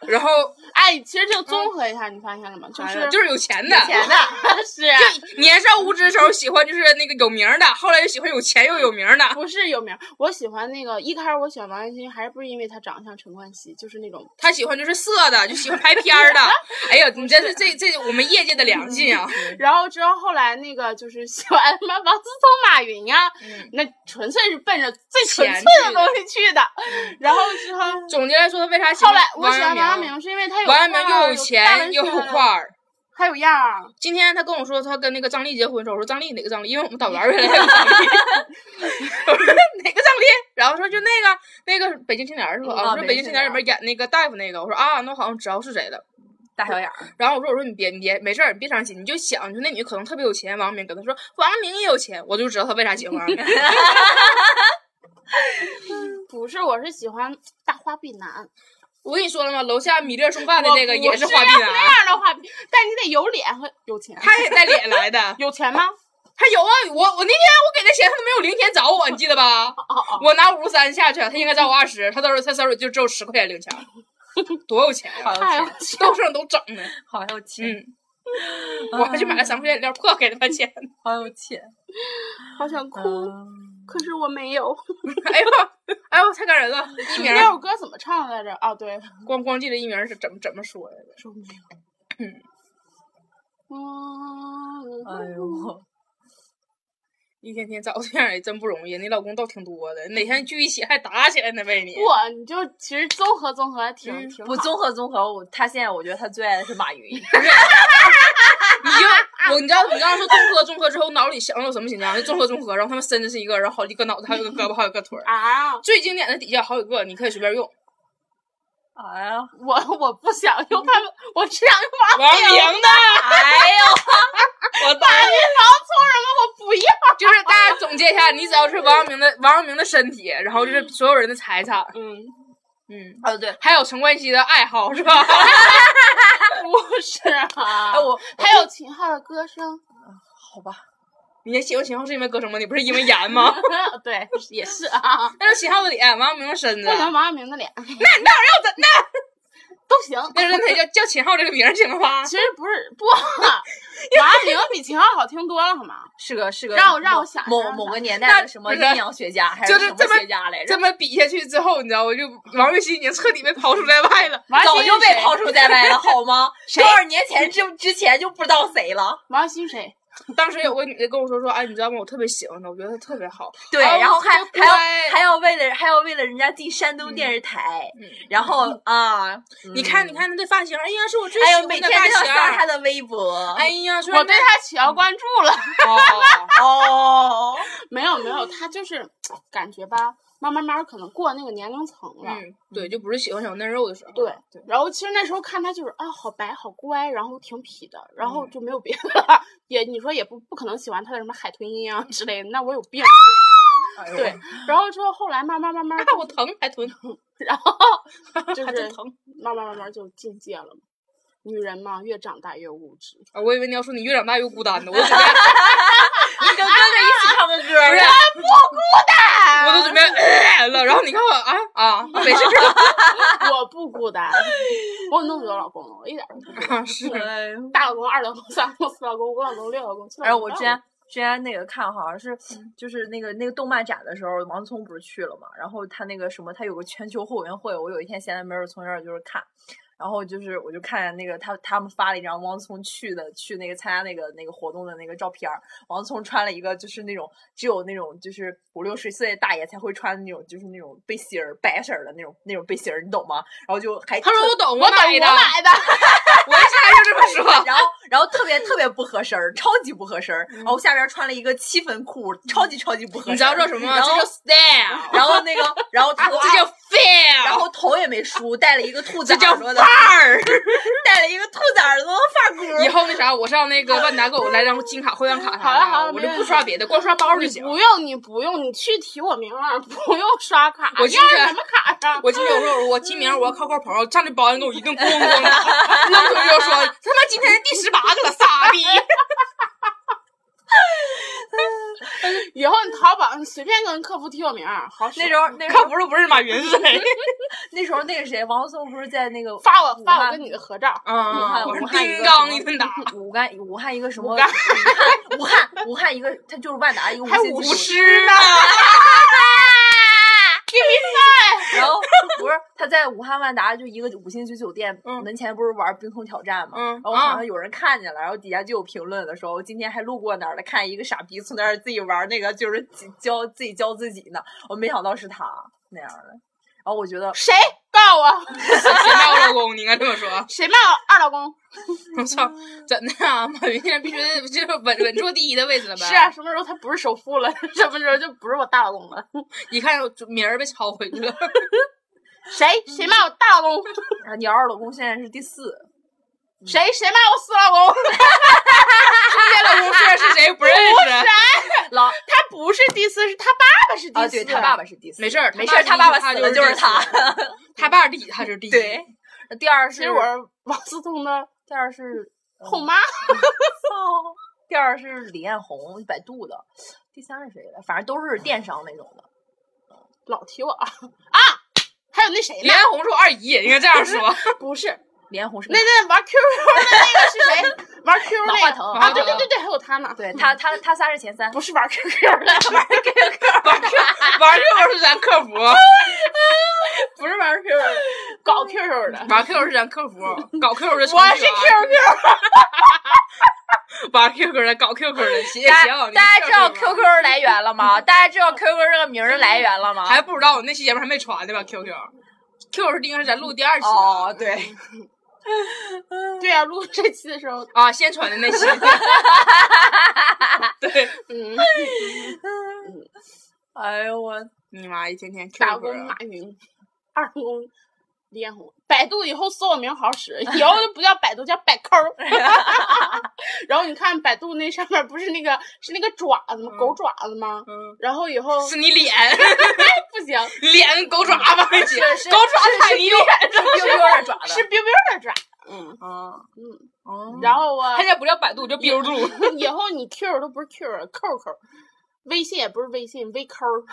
[SPEAKER 2] 然后
[SPEAKER 1] 哎，其实这个综合一下，你发现了吗？就
[SPEAKER 2] 嗯完
[SPEAKER 1] 是
[SPEAKER 2] 了就是有钱的
[SPEAKER 1] 有。钱的， 是啊
[SPEAKER 2] 年少无知的时候喜欢就是那个有名儿的，后来又喜欢有钱又有名儿的。
[SPEAKER 1] 不是有名儿？我喜欢那个一开始我喜欢王栎鑫，还是不是因为他长得像陈冠希，就是那种
[SPEAKER 2] 他喜欢就是色的，就喜欢拍片儿 的。哎呀，你真是这这我们业界的良心啊！
[SPEAKER 1] 然后之后后来那个就是喜欢什么王思聪、马云呀、
[SPEAKER 2] 嗯
[SPEAKER 1] 那纯粹是奔着最纯
[SPEAKER 2] 钱
[SPEAKER 1] 粹
[SPEAKER 2] 去嗯
[SPEAKER 1] 的东西去的。然后之后
[SPEAKER 2] 总结来说，为啥喜
[SPEAKER 1] 后
[SPEAKER 2] 欢
[SPEAKER 1] 来我喜欢
[SPEAKER 2] 阳
[SPEAKER 1] 王阳
[SPEAKER 2] 明？
[SPEAKER 1] 明是因为他有
[SPEAKER 2] 王阳明
[SPEAKER 1] 块儿
[SPEAKER 2] 又
[SPEAKER 1] 有大
[SPEAKER 2] 钱
[SPEAKER 1] 文
[SPEAKER 2] 又
[SPEAKER 1] 学
[SPEAKER 2] 有
[SPEAKER 1] 的
[SPEAKER 2] 块儿。
[SPEAKER 1] 还有样儿。
[SPEAKER 2] 今天他跟我说他跟那个张丽结婚的时候，我说张丽哪个张丽？因为我们导员儿原来叫张 丽，我说哪个张丽？然后说就那个那个北京青年儿是吧？
[SPEAKER 3] 嗯
[SPEAKER 2] 啊，
[SPEAKER 3] 啊
[SPEAKER 2] 我说北京青年儿里面演那个大夫那个，我说啊，那我好像知道是谁了。
[SPEAKER 3] 大小眼儿，
[SPEAKER 2] 然后我说我说你别你别没事儿，你别伤心，你就想你说那女可能特别有钱，王阳明跟他说王阳明也有钱，我就知道他为啥喜欢王阳明。
[SPEAKER 1] 不是，我是喜欢大花臂男，
[SPEAKER 2] 我跟你说了吗？楼下米粒儿送饭的那个
[SPEAKER 1] 我
[SPEAKER 2] 也
[SPEAKER 1] 我
[SPEAKER 2] 是啊
[SPEAKER 1] 是
[SPEAKER 2] 花臂男，
[SPEAKER 1] 那样的花臂，但你得有脸和有钱。
[SPEAKER 2] 他也带脸来的。
[SPEAKER 1] 有钱吗？哦
[SPEAKER 2] 他有啊，我我那天我给他钱，他都没有零钱找我，你记得吧？
[SPEAKER 1] 哦
[SPEAKER 2] 我拿五十三下去，他应该找我二十，他兜里他手里就只有十块钱零钱，多有钱啊！
[SPEAKER 3] 好有
[SPEAKER 1] 哎呦
[SPEAKER 3] 钱，，
[SPEAKER 2] 到处都整的，
[SPEAKER 3] 好有钱，
[SPEAKER 2] 嗯，我还去买了三块钱饮料破给了他钱，
[SPEAKER 3] 嗯好有钱。
[SPEAKER 1] 好想哭，
[SPEAKER 3] 嗯，
[SPEAKER 1] 可是我没有。
[SPEAKER 2] 哎呦哎呦，太感人了！一鸣
[SPEAKER 1] 那首歌怎么唱来着？啊，对，
[SPEAKER 2] 光光记得一鸣是怎么怎么说的？
[SPEAKER 1] 说没有。嗯，
[SPEAKER 3] 哎呦，
[SPEAKER 2] 一天天找对象也真不容易，你老公倒挺多的，哪天聚一起还打起来呢呗你？
[SPEAKER 1] 不，你就其实综合综合还挺、
[SPEAKER 2] 嗯
[SPEAKER 1] 挺好。
[SPEAKER 3] 我综合综合，我他现在我觉得他最爱的是马 云。
[SPEAKER 2] 你就我你知道你刚刚说综合综合之后，我脑里想到什么形象？就综合综合，然后他们伸的是一个，然后好几个脑袋，还有一个胳膊，还有一个腿儿。
[SPEAKER 1] 啊，
[SPEAKER 2] 最经典的底下有好几个，你可以随便用。
[SPEAKER 3] 哎 呀，
[SPEAKER 1] 我我不想用他
[SPEAKER 3] 嗯
[SPEAKER 1] 们，我只想用王
[SPEAKER 2] 王明的，
[SPEAKER 3] 哎呦，
[SPEAKER 2] 我大
[SPEAKER 1] 大云王聪什么我不要。
[SPEAKER 2] 就是 大家总结一下，你只要是王阳明的王阳明的身体，然后就是所有人的财产，
[SPEAKER 1] 嗯，
[SPEAKER 2] 嗯，
[SPEAKER 3] 哦对，
[SPEAKER 2] 还有陈冠希的爱好是吧？
[SPEAKER 1] 不是啊，
[SPEAKER 3] 哎我
[SPEAKER 1] 还有秦昊的歌声，
[SPEAKER 3] 好吧，
[SPEAKER 2] 你喜欢秦昊是因为歌声吗？你不是因为颜吗？
[SPEAKER 1] 对，也是啊，
[SPEAKER 2] 那是秦昊的脸，王阳明的身子
[SPEAKER 1] 不，能王阳明的脸都行。
[SPEAKER 2] 那就让他叫叫秦昊这个名儿行了吧？
[SPEAKER 1] 其实不是不，啊马爱玲比秦昊好听多了，好吗？
[SPEAKER 3] 是个是个
[SPEAKER 1] 让我让我想一下
[SPEAKER 3] 某
[SPEAKER 1] 让我
[SPEAKER 3] 某
[SPEAKER 1] 想
[SPEAKER 3] 个
[SPEAKER 1] 一
[SPEAKER 3] 年
[SPEAKER 2] 下
[SPEAKER 3] 代的什么
[SPEAKER 2] 那
[SPEAKER 3] 阴
[SPEAKER 2] 不是
[SPEAKER 3] 阳学 家还
[SPEAKER 2] 就是
[SPEAKER 3] 什
[SPEAKER 2] 这
[SPEAKER 3] 么
[SPEAKER 2] 么
[SPEAKER 3] 学家来着
[SPEAKER 2] 这？么比下去之后，你知道，我就王栎鑫已经彻底被刨除在外了。
[SPEAKER 1] 王
[SPEAKER 3] 哎早
[SPEAKER 1] 栎鑫
[SPEAKER 3] 就被
[SPEAKER 1] 谁
[SPEAKER 3] 抛出在外了，好吗？
[SPEAKER 1] 谁
[SPEAKER 3] 多少年前之之前就不知道谁
[SPEAKER 2] 哦
[SPEAKER 3] 了。
[SPEAKER 1] 王栎鑫谁？
[SPEAKER 2] 当时有个女的跟我说说，哎，你知道吗？我特别喜欢他，我觉得他特别好。
[SPEAKER 3] 对，
[SPEAKER 2] 哦
[SPEAKER 3] 然后还
[SPEAKER 2] 就
[SPEAKER 3] 还要
[SPEAKER 2] 乖
[SPEAKER 3] 还要为了还要为了人家进山东电视台，
[SPEAKER 2] 嗯
[SPEAKER 3] 然后啊，
[SPEAKER 2] 你看，你看他的发型，哎呀，是我最
[SPEAKER 3] 哎
[SPEAKER 2] 喜
[SPEAKER 3] 呦，
[SPEAKER 2] 欢
[SPEAKER 3] 每
[SPEAKER 2] 的
[SPEAKER 3] 天
[SPEAKER 2] 发
[SPEAKER 3] 都要刷他
[SPEAKER 2] 型。
[SPEAKER 3] 的微博。
[SPEAKER 2] 哎呀，说
[SPEAKER 1] 我对 他起到关注了。
[SPEAKER 2] 哦，
[SPEAKER 3] 哦，
[SPEAKER 1] 没有没有，他就是感觉吧，慢慢慢慢可能过那个年龄层了。
[SPEAKER 2] 嗯，对，就不是喜欢小嫩肉的时候。
[SPEAKER 1] 对
[SPEAKER 2] 对，
[SPEAKER 1] 然后其实那时候看他就是啊，好白好乖，然后挺痞的，然后就没有别的 了。也你说也不不可能喜欢他的什么海豚音啊之类的，那我有病。
[SPEAKER 3] 哎呦
[SPEAKER 1] 对，然后之后后来慢慢慢慢
[SPEAKER 2] 啊，
[SPEAKER 1] 就，
[SPEAKER 2] 我疼，还疼，
[SPEAKER 1] 然后就
[SPEAKER 2] 还真
[SPEAKER 1] 是
[SPEAKER 2] 疼。
[SPEAKER 1] 慢慢慢慢就境界了嘛。女人嘛，越长大越物质。
[SPEAKER 2] 啊，我以为你要说你越长大越孤单呢，我准备，
[SPEAKER 3] 你跟哥哥一起唱个歌儿
[SPEAKER 2] 不是
[SPEAKER 3] 啊，
[SPEAKER 2] 我都准备呃了。然后你看我啊啊，没事儿
[SPEAKER 1] 我不孤单，我有那么多老公了，我一点儿都不孤单。
[SPEAKER 2] 啊， 是
[SPEAKER 3] 哎呦
[SPEAKER 1] 大老公、二老公、三老公、四老公、五老公、六老公、七老
[SPEAKER 3] 哎，
[SPEAKER 1] 公。
[SPEAKER 3] 我
[SPEAKER 1] 八
[SPEAKER 3] 之
[SPEAKER 1] 老
[SPEAKER 3] 前
[SPEAKER 1] 公
[SPEAKER 3] 之前那个看好像是就是那个那个动漫展的时候，王聪不是去了嘛？然后他那个什么，他有个全球后援会，我有一天闲着没事儿从这儿就是看。然后就是，我就看那个他他们发了一张王聪去的去那个参加那个那个活动的那个照片儿。王聪穿了一个就是那种只有那种就是五六十岁的大爷才会穿的那种就是那种背心儿白色儿的那种那种背心儿，你懂吗？然后就还
[SPEAKER 2] 他
[SPEAKER 3] 特
[SPEAKER 2] 说我懂，
[SPEAKER 1] 我懂，
[SPEAKER 2] 买
[SPEAKER 1] 我
[SPEAKER 2] 的，
[SPEAKER 1] 买的。
[SPEAKER 2] 我一下就这么 说。
[SPEAKER 3] 然后然后特别特别不合身儿，超级不合身儿。然后下边穿了一个七分裤，超级超级不合
[SPEAKER 2] 嗯
[SPEAKER 3] 身儿。
[SPEAKER 2] 你知道这什么吗？
[SPEAKER 3] 然后
[SPEAKER 2] 这叫 style，
[SPEAKER 3] 然后那个然后头啊
[SPEAKER 2] 这叫 feel，
[SPEAKER 3] 然后头也没梳，戴了一个兔子
[SPEAKER 2] 这叫
[SPEAKER 3] 耳朵的
[SPEAKER 2] 范，儿。
[SPEAKER 3] 戴了一个兔子耳朵的发箍。
[SPEAKER 2] 以后那啥，我上那个万达给我来张金卡、会员卡啥的，
[SPEAKER 1] 好了好了
[SPEAKER 2] 我
[SPEAKER 1] 没
[SPEAKER 2] 就
[SPEAKER 1] 问
[SPEAKER 2] 不
[SPEAKER 1] 题
[SPEAKER 2] 刷别的，光刷包就行。
[SPEAKER 1] 不用，你不用，你去提我名儿， 不用刷卡。
[SPEAKER 2] 我
[SPEAKER 1] 要
[SPEAKER 2] 记着
[SPEAKER 1] 什么卡啊？
[SPEAKER 2] 我今天我说我今明儿我要靠靠朋友，上那保安给我一顿咣 咣打，愣头就说他妈今天是第十八个了，傻逼！
[SPEAKER 1] 以后你淘宝，你随便跟客服提我名儿，好使
[SPEAKER 3] 那时候那时
[SPEAKER 2] 靠
[SPEAKER 3] 候
[SPEAKER 2] 不是不是马云是谁？
[SPEAKER 3] 那时候那个谁，王思聪不是在那个
[SPEAKER 1] 发我
[SPEAKER 3] 武
[SPEAKER 1] 发
[SPEAKER 3] 汉
[SPEAKER 1] 我跟你的合照。
[SPEAKER 2] 啊，
[SPEAKER 3] 汉
[SPEAKER 2] 我是
[SPEAKER 3] 武汉一
[SPEAKER 2] 叮
[SPEAKER 3] 个
[SPEAKER 2] 当
[SPEAKER 3] 什
[SPEAKER 2] 一
[SPEAKER 3] 么
[SPEAKER 2] 顿打，
[SPEAKER 3] 武汉武汉一个什
[SPEAKER 1] 武
[SPEAKER 3] 么武
[SPEAKER 1] 汉
[SPEAKER 3] 汉武汉武汉一个，他就是万达一个
[SPEAKER 1] 还
[SPEAKER 3] 信
[SPEAKER 1] 武
[SPEAKER 2] 舞
[SPEAKER 3] 组织
[SPEAKER 2] 狮呢？
[SPEAKER 3] 然后不是他在武汉万达就一个五星级酒店
[SPEAKER 2] 嗯
[SPEAKER 3] 门前不是玩冰桶挑战嘛，
[SPEAKER 2] 嗯
[SPEAKER 3] 然后好
[SPEAKER 2] 啊
[SPEAKER 3] 像有人看见了，然后底下就有评论的说，我今天还路过那儿了，看一个傻逼从那儿自己玩那个就是自己教自己教自己呢，我没想到是他那样的，然后我觉得
[SPEAKER 1] 谁告我？
[SPEAKER 2] 谁骂我老公？你应该这么说。
[SPEAKER 1] 谁骂我二老公？
[SPEAKER 2] 我操，真的啊！马云现在必须得就是稳稳坐第一的位置了呗。
[SPEAKER 1] 是啊，什么时候他不是首富了？ 什么时候就不是我大老公了？
[SPEAKER 2] 一看就名儿被抄回去了。
[SPEAKER 1] 谁谁骂我大老公？
[SPEAKER 3] 啊你二老公现在是第四，
[SPEAKER 1] 谁谁骂我四老 公？
[SPEAKER 2] 现在老公是是谁不认
[SPEAKER 1] 啊
[SPEAKER 2] 识？
[SPEAKER 3] 老
[SPEAKER 1] 他不是第四，是他爸爸是第四。
[SPEAKER 3] 啊对他爸爸是第四，
[SPEAKER 2] 没事儿，
[SPEAKER 3] 没事儿，他爸爸死了
[SPEAKER 2] 就是
[SPEAKER 3] 他，
[SPEAKER 2] 他爸第他就是第一。
[SPEAKER 3] 对，第二
[SPEAKER 1] 其
[SPEAKER 3] 是
[SPEAKER 1] 实我是王思聪的
[SPEAKER 3] 第二是
[SPEAKER 1] 后妈。
[SPEAKER 3] 哦，第二是李彦宏，百度的，第三是谁来？反正都是电商那种的。
[SPEAKER 1] 老提我啊啊！还有那谁
[SPEAKER 2] 李
[SPEAKER 1] 呢？
[SPEAKER 2] 彦宏是我二姨，应该这样说。
[SPEAKER 1] 不是
[SPEAKER 3] 李彦宏是个
[SPEAKER 1] 那那玩 QQ 的那个 是谁？玩 Q
[SPEAKER 3] 马
[SPEAKER 1] 那
[SPEAKER 3] 化
[SPEAKER 1] 个
[SPEAKER 3] 腾
[SPEAKER 1] 啊？对对对对，还有他呢。 嗯
[SPEAKER 3] 对他，他他仨是前三，
[SPEAKER 1] 不是玩 QQ 的，玩 QQ
[SPEAKER 2] 玩 Q 玩 Q 是咱客服，
[SPEAKER 1] 不是玩 QQ 的，搞 QQ 的。
[SPEAKER 2] 玩 Q 是咱客服，搞 Q 是程
[SPEAKER 1] 我
[SPEAKER 2] 序员
[SPEAKER 1] 是 QQ，
[SPEAKER 2] 玩 QQ 的，搞 QQ 的，写写
[SPEAKER 3] 大
[SPEAKER 2] 好
[SPEAKER 3] 家
[SPEAKER 2] 你
[SPEAKER 3] 大家知道
[SPEAKER 2] 跳 Q
[SPEAKER 3] QQ 的来源了吗？大家知道 QQ 这个名儿的来源了吗？
[SPEAKER 2] 还不知道，我那期节目还没传呢吧？QQ。Q 是应该是咱录第二期的
[SPEAKER 3] 哦，对，
[SPEAKER 1] 对呀、录这期的时候，
[SPEAKER 2] 啊，先传的那期。 对，
[SPEAKER 1] 嗯，
[SPEAKER 3] 哎呦我，
[SPEAKER 2] 你妈一天天 Q
[SPEAKER 1] 打工马云，二工李彦宏，百度以后搜我名好使，以后就不叫百度，叫百抠 儿。然后你看百度那上面不是那个是那个爪子吗？狗爪子吗？
[SPEAKER 2] 嗯，
[SPEAKER 1] 然后以后
[SPEAKER 2] 是你脸，
[SPEAKER 1] 不行，
[SPEAKER 2] 脸跟狗爪吧，狗
[SPEAKER 3] 是是
[SPEAKER 2] 爪踩你脸上。
[SPEAKER 3] QQ 的爪子
[SPEAKER 1] 是 biu biu 的爪。嗯，
[SPEAKER 2] 啊，嗯，
[SPEAKER 1] 然后啊
[SPEAKER 2] 他，家不叫百度，叫 B 度。
[SPEAKER 1] 以后你 Q 都不是 Q，扣扣，微信也不是微信，微扣儿，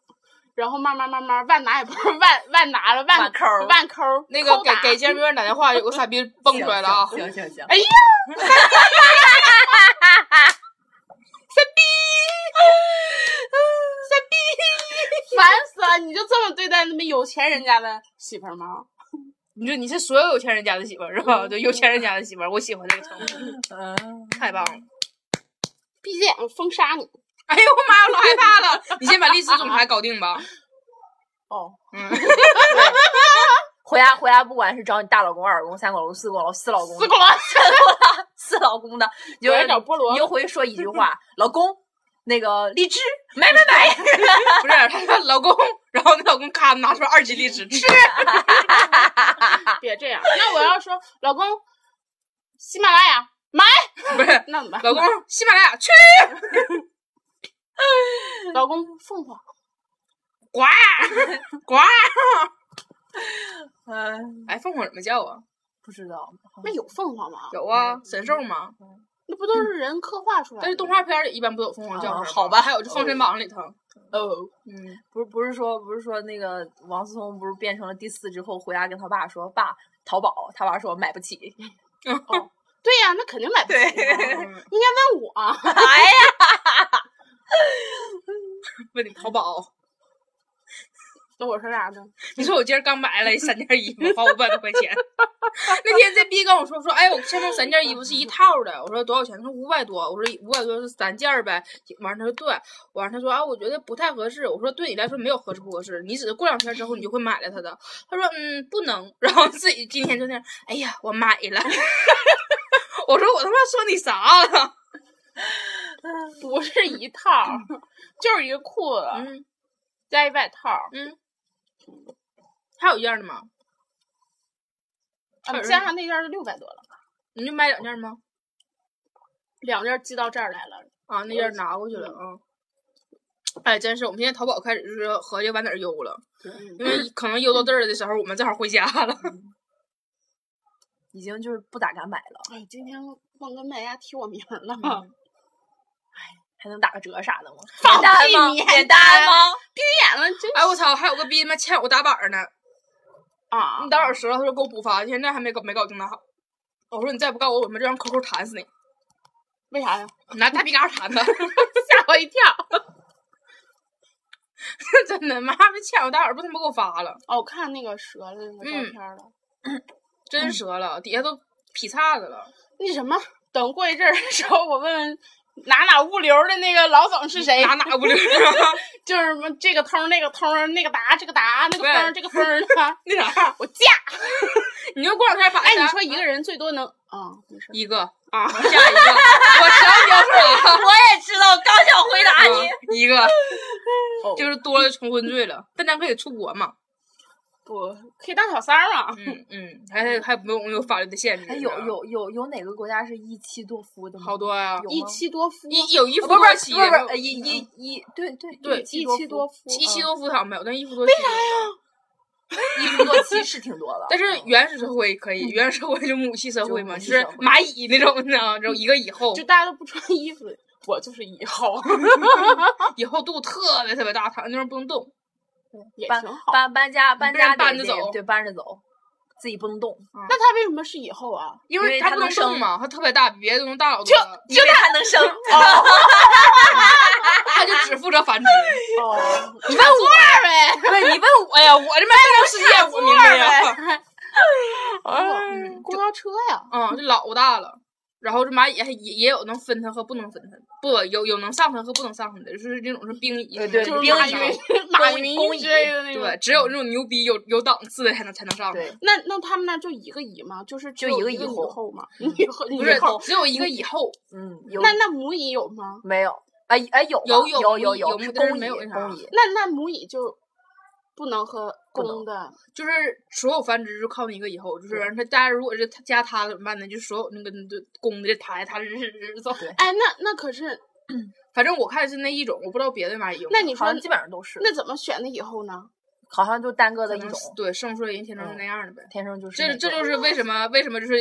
[SPEAKER 1] 然后慢慢慢慢，万达也不是万万达了，万
[SPEAKER 3] 万抠儿
[SPEAKER 1] 万抠儿
[SPEAKER 2] 那个
[SPEAKER 1] 扣
[SPEAKER 2] 给
[SPEAKER 1] 打
[SPEAKER 2] 给尖兵打电话，有个傻逼蹦出来了啊！
[SPEAKER 3] 行行行，
[SPEAKER 1] 哎呀，烦死了！你就这么对待那么有钱人家的媳妇儿吗？
[SPEAKER 2] 你说你是所有有钱人家的媳妇儿是吧？对，有钱人家的媳妇儿，我喜欢这个称呼，
[SPEAKER 3] 嗯，
[SPEAKER 2] 太棒了！
[SPEAKER 1] 闭着眼睛封杀你！
[SPEAKER 2] 哎呦我妈呀，我老害怕 了！你先把历史总裁搞定吧。
[SPEAKER 1] 哦，
[SPEAKER 2] 嗯，
[SPEAKER 3] 回家回家，不管是找你大老公、二老公、三老公、四老公、四老公、
[SPEAKER 1] 死狗了！
[SPEAKER 3] 四老公的，你
[SPEAKER 1] 有
[SPEAKER 3] 就
[SPEAKER 1] 人找菠
[SPEAKER 3] 你
[SPEAKER 1] 萝，
[SPEAKER 3] 就回去说一句话，老公，那个荔枝买买买。
[SPEAKER 2] 不是，他说老公，然后那老公咔拿出二级历史，吃。
[SPEAKER 1] 别这样。那我要说，老公，喜马拉雅买，
[SPEAKER 2] 不是，
[SPEAKER 1] 那怎么办？
[SPEAKER 2] 老公，喜马拉雅去
[SPEAKER 1] 老公，凤凰，
[SPEAKER 2] 呱 呱！
[SPEAKER 3] 嗯，
[SPEAKER 2] 哎，凤凰怎么叫啊？
[SPEAKER 3] 不知道，
[SPEAKER 1] 那有凤凰吗？
[SPEAKER 2] 有啊，神兽吗？
[SPEAKER 1] 嗯那不都是人刻画出来的？
[SPEAKER 2] 但是动画片里一般不都有凤凰叫
[SPEAKER 3] 啊
[SPEAKER 1] 嗯
[SPEAKER 2] 声吗？
[SPEAKER 3] 好吧
[SPEAKER 2] 还有就《封神榜》里头，
[SPEAKER 1] 哦，
[SPEAKER 2] 嗯，
[SPEAKER 3] 不是不是说不是说那个王思聪不是变成了第四之后回家跟他爸说爸淘宝，他爸说买不起。
[SPEAKER 1] 对呀，那肯定买不起啊。
[SPEAKER 2] 嗯
[SPEAKER 1] 应该问我。啊
[SPEAKER 3] 哎呀，
[SPEAKER 2] 问你淘宝，
[SPEAKER 1] 那我说啥呢？
[SPEAKER 2] 你说我今儿刚买了三件衣服，花五百多块钱。那天这逼跟我说说，哎，我看到三件衣服是一套的，我说多少钱？他说五百多，我说五百多是三件儿呗。完了他说对，完了他说啊，我觉得不太合适。我说对你来说没有合适不合适，你只是过两天之后你就会买了它的。他说嗯不能，然后自己今天就那样，哎呀我买了。 我说我他妈说你啥了？
[SPEAKER 1] 不是一套儿， 就是一个裤子
[SPEAKER 2] 嗯。
[SPEAKER 1] 加一外套儿，
[SPEAKER 2] 还有一件儿呢吗？
[SPEAKER 1] 啊
[SPEAKER 2] 有人
[SPEAKER 1] 加上那件儿就六百多了，
[SPEAKER 2] 你就买两件儿吗？
[SPEAKER 1] 两件儿寄到这儿来了。
[SPEAKER 2] 啊，那件儿拿过去了
[SPEAKER 1] 嗯
[SPEAKER 2] 啊。哎，真是，我们现在淘宝开始就是合计往哪儿邮了，因
[SPEAKER 1] 嗯
[SPEAKER 2] 为可能邮到这儿的时候，我们正好回家了。
[SPEAKER 3] 已经就是不咋敢买了，
[SPEAKER 1] 哎，今天忘跟卖家提我名儿了，
[SPEAKER 3] 还能打个折啥的吗？
[SPEAKER 1] 放
[SPEAKER 3] 免单
[SPEAKER 1] 屁
[SPEAKER 3] 吗？
[SPEAKER 1] 免
[SPEAKER 3] 免单
[SPEAKER 1] 单
[SPEAKER 3] 吗？
[SPEAKER 1] 闭眼了真
[SPEAKER 2] 哎，我操，还有个逼他妈欠我打板儿呢，
[SPEAKER 1] 啊
[SPEAKER 2] 你！打板儿折了，他说给我补发，现在还没搞没搞定呢。我说你再不告我，我们就让 QQ 弹死你，
[SPEAKER 1] 为啥呀？
[SPEAKER 2] 拿大皮杆儿弹他，
[SPEAKER 1] 吓我一跳！
[SPEAKER 2] 真的，妈的欠我打板儿，不他妈给我发了，
[SPEAKER 1] 哦，我看那个蛇的那个照
[SPEAKER 2] 嗯
[SPEAKER 1] 片儿了。嗯
[SPEAKER 2] 真折了，底下都劈叉子了。
[SPEAKER 1] 那什么，等过一阵儿的时候，我问问哪哪物流的那个老总是谁？
[SPEAKER 2] 哪哪不溜啊？
[SPEAKER 1] 就是什么这个通儿那个通儿那个达这个达那个
[SPEAKER 2] 对，
[SPEAKER 1] 风儿这个风儿的
[SPEAKER 2] 那 啥，
[SPEAKER 1] 我嫁！
[SPEAKER 2] 你就过两天把
[SPEAKER 1] 哎，你
[SPEAKER 2] 咱
[SPEAKER 1] 说一个人最多能啊？没事儿。
[SPEAKER 2] 一个啊，下一个，我想 想了。
[SPEAKER 3] 我也知道，我刚想回答你。
[SPEAKER 2] 啊嗯一个
[SPEAKER 1] 哦，
[SPEAKER 2] 就是多了重婚罪了，但咱可以出国嘛？
[SPEAKER 1] 不可以当小三儿啊嘛？
[SPEAKER 2] 嗯嗯，还还不用有法律的限制。
[SPEAKER 3] 哎，有，有有有哪个国家是一妻多夫的吗？
[SPEAKER 2] 好多呀，
[SPEAKER 3] 有
[SPEAKER 1] 一
[SPEAKER 3] 吗
[SPEAKER 1] 妻多夫，
[SPEAKER 2] 一有一夫
[SPEAKER 3] 不是不
[SPEAKER 2] 多
[SPEAKER 3] 是
[SPEAKER 2] 妻，
[SPEAKER 3] 不是不是
[SPEAKER 2] 有嗯
[SPEAKER 3] 呃一一一对对
[SPEAKER 2] 对
[SPEAKER 3] 妻
[SPEAKER 1] 一妻多
[SPEAKER 3] 多夫，
[SPEAKER 1] 夫，
[SPEAKER 2] 一妻
[SPEAKER 1] 嗯
[SPEAKER 2] 多夫好像没有，但一夫多妻。为啥呀？
[SPEAKER 3] 一夫多妻是挺多的。
[SPEAKER 2] 但是原始社会可以，原始社会就母系社会嘛，
[SPEAKER 3] 就
[SPEAKER 2] 嗯就
[SPEAKER 3] 母系
[SPEAKER 2] 是
[SPEAKER 3] 社会
[SPEAKER 2] 蚂蚁那种，你知道吗？就一个以后
[SPEAKER 1] 就，大家都不穿衣服，我就是以后
[SPEAKER 2] 以后肚子特别特别大，躺在那边不能动。
[SPEAKER 1] 也
[SPEAKER 3] 搬
[SPEAKER 1] 挺好。
[SPEAKER 3] 搬搬家搬
[SPEAKER 2] 被人
[SPEAKER 3] 家得
[SPEAKER 2] 搬着
[SPEAKER 3] 得
[SPEAKER 2] 走嗯
[SPEAKER 3] 对，搬着走，自己不能动，
[SPEAKER 1] 那他为什么是以后 啊？
[SPEAKER 2] 因
[SPEAKER 3] 因
[SPEAKER 2] 为
[SPEAKER 3] 为
[SPEAKER 2] 它
[SPEAKER 3] 它
[SPEAKER 2] 不
[SPEAKER 3] 能
[SPEAKER 2] 能动
[SPEAKER 3] 生
[SPEAKER 2] 嘛，它特别大，比别的东西大老多
[SPEAKER 3] 就
[SPEAKER 2] 了，
[SPEAKER 3] 就他 能生。
[SPEAKER 1] 哦
[SPEAKER 3] 哎
[SPEAKER 2] 它就只负责繁 殖。
[SPEAKER 1] 哦，你问我呗。
[SPEAKER 2] 对，你问我哎呀，我这边动世界，我明白呀。
[SPEAKER 3] 哎
[SPEAKER 1] 嗯，公交车呀，
[SPEAKER 2] 嗯，就老大了。然后这蚂蚁还也也有能分它和不能分它的，不有有能上它和不能上它的，就是那种是兵蚁
[SPEAKER 3] 呃
[SPEAKER 2] 什么的，
[SPEAKER 3] 对
[SPEAKER 1] 就
[SPEAKER 2] 就是
[SPEAKER 1] 马
[SPEAKER 2] 是蚂蚁
[SPEAKER 3] 兵蚁
[SPEAKER 1] 云
[SPEAKER 3] 嘛
[SPEAKER 1] 马
[SPEAKER 3] 公
[SPEAKER 1] 云
[SPEAKER 3] 公
[SPEAKER 1] 之
[SPEAKER 3] 蚁
[SPEAKER 1] 类的那种。
[SPEAKER 2] 对，只有那种牛逼有有档次的才能才能上。
[SPEAKER 3] 对，
[SPEAKER 1] 那那他们那就一个以吗？就是只
[SPEAKER 3] 就
[SPEAKER 1] 有
[SPEAKER 3] 一
[SPEAKER 1] 一
[SPEAKER 3] 个以
[SPEAKER 1] 后
[SPEAKER 3] 后
[SPEAKER 1] 后吗？以后
[SPEAKER 2] 不
[SPEAKER 1] 以
[SPEAKER 2] 是
[SPEAKER 1] 后
[SPEAKER 2] 只有一个蚁后，
[SPEAKER 3] 嗯，有
[SPEAKER 1] 那那母蚁有吗？
[SPEAKER 3] 没有？哎哎有
[SPEAKER 2] 有有
[SPEAKER 3] 啊
[SPEAKER 2] 有
[SPEAKER 3] 有有
[SPEAKER 2] 有
[SPEAKER 3] 是
[SPEAKER 2] 但是
[SPEAKER 3] 公
[SPEAKER 2] 没
[SPEAKER 3] 蚁
[SPEAKER 2] 有那啥
[SPEAKER 3] 公蚁，
[SPEAKER 1] 那那母蚁就不能和
[SPEAKER 3] 不能
[SPEAKER 1] 公的
[SPEAKER 2] 就是所有繁殖就靠那一个蚁后，就是它大家如果是它加它怎么办呢？就所有那个就公的就抬它日日日走。
[SPEAKER 3] 对
[SPEAKER 1] 哎，那那可是
[SPEAKER 2] 反正我看是那一种，我不知道别的蚂蚁有没有。
[SPEAKER 1] 那你
[SPEAKER 3] 好
[SPEAKER 1] 说
[SPEAKER 3] 像基本上都是，
[SPEAKER 1] 那怎么选的以后呢？
[SPEAKER 3] 好像就单个
[SPEAKER 2] 可
[SPEAKER 3] 的一
[SPEAKER 2] 能
[SPEAKER 3] 种，嗯
[SPEAKER 2] 是对盛衰人天成是那样的呗。
[SPEAKER 3] 天生就是那
[SPEAKER 2] 这
[SPEAKER 3] 个。
[SPEAKER 2] 这就是为什么为什么就是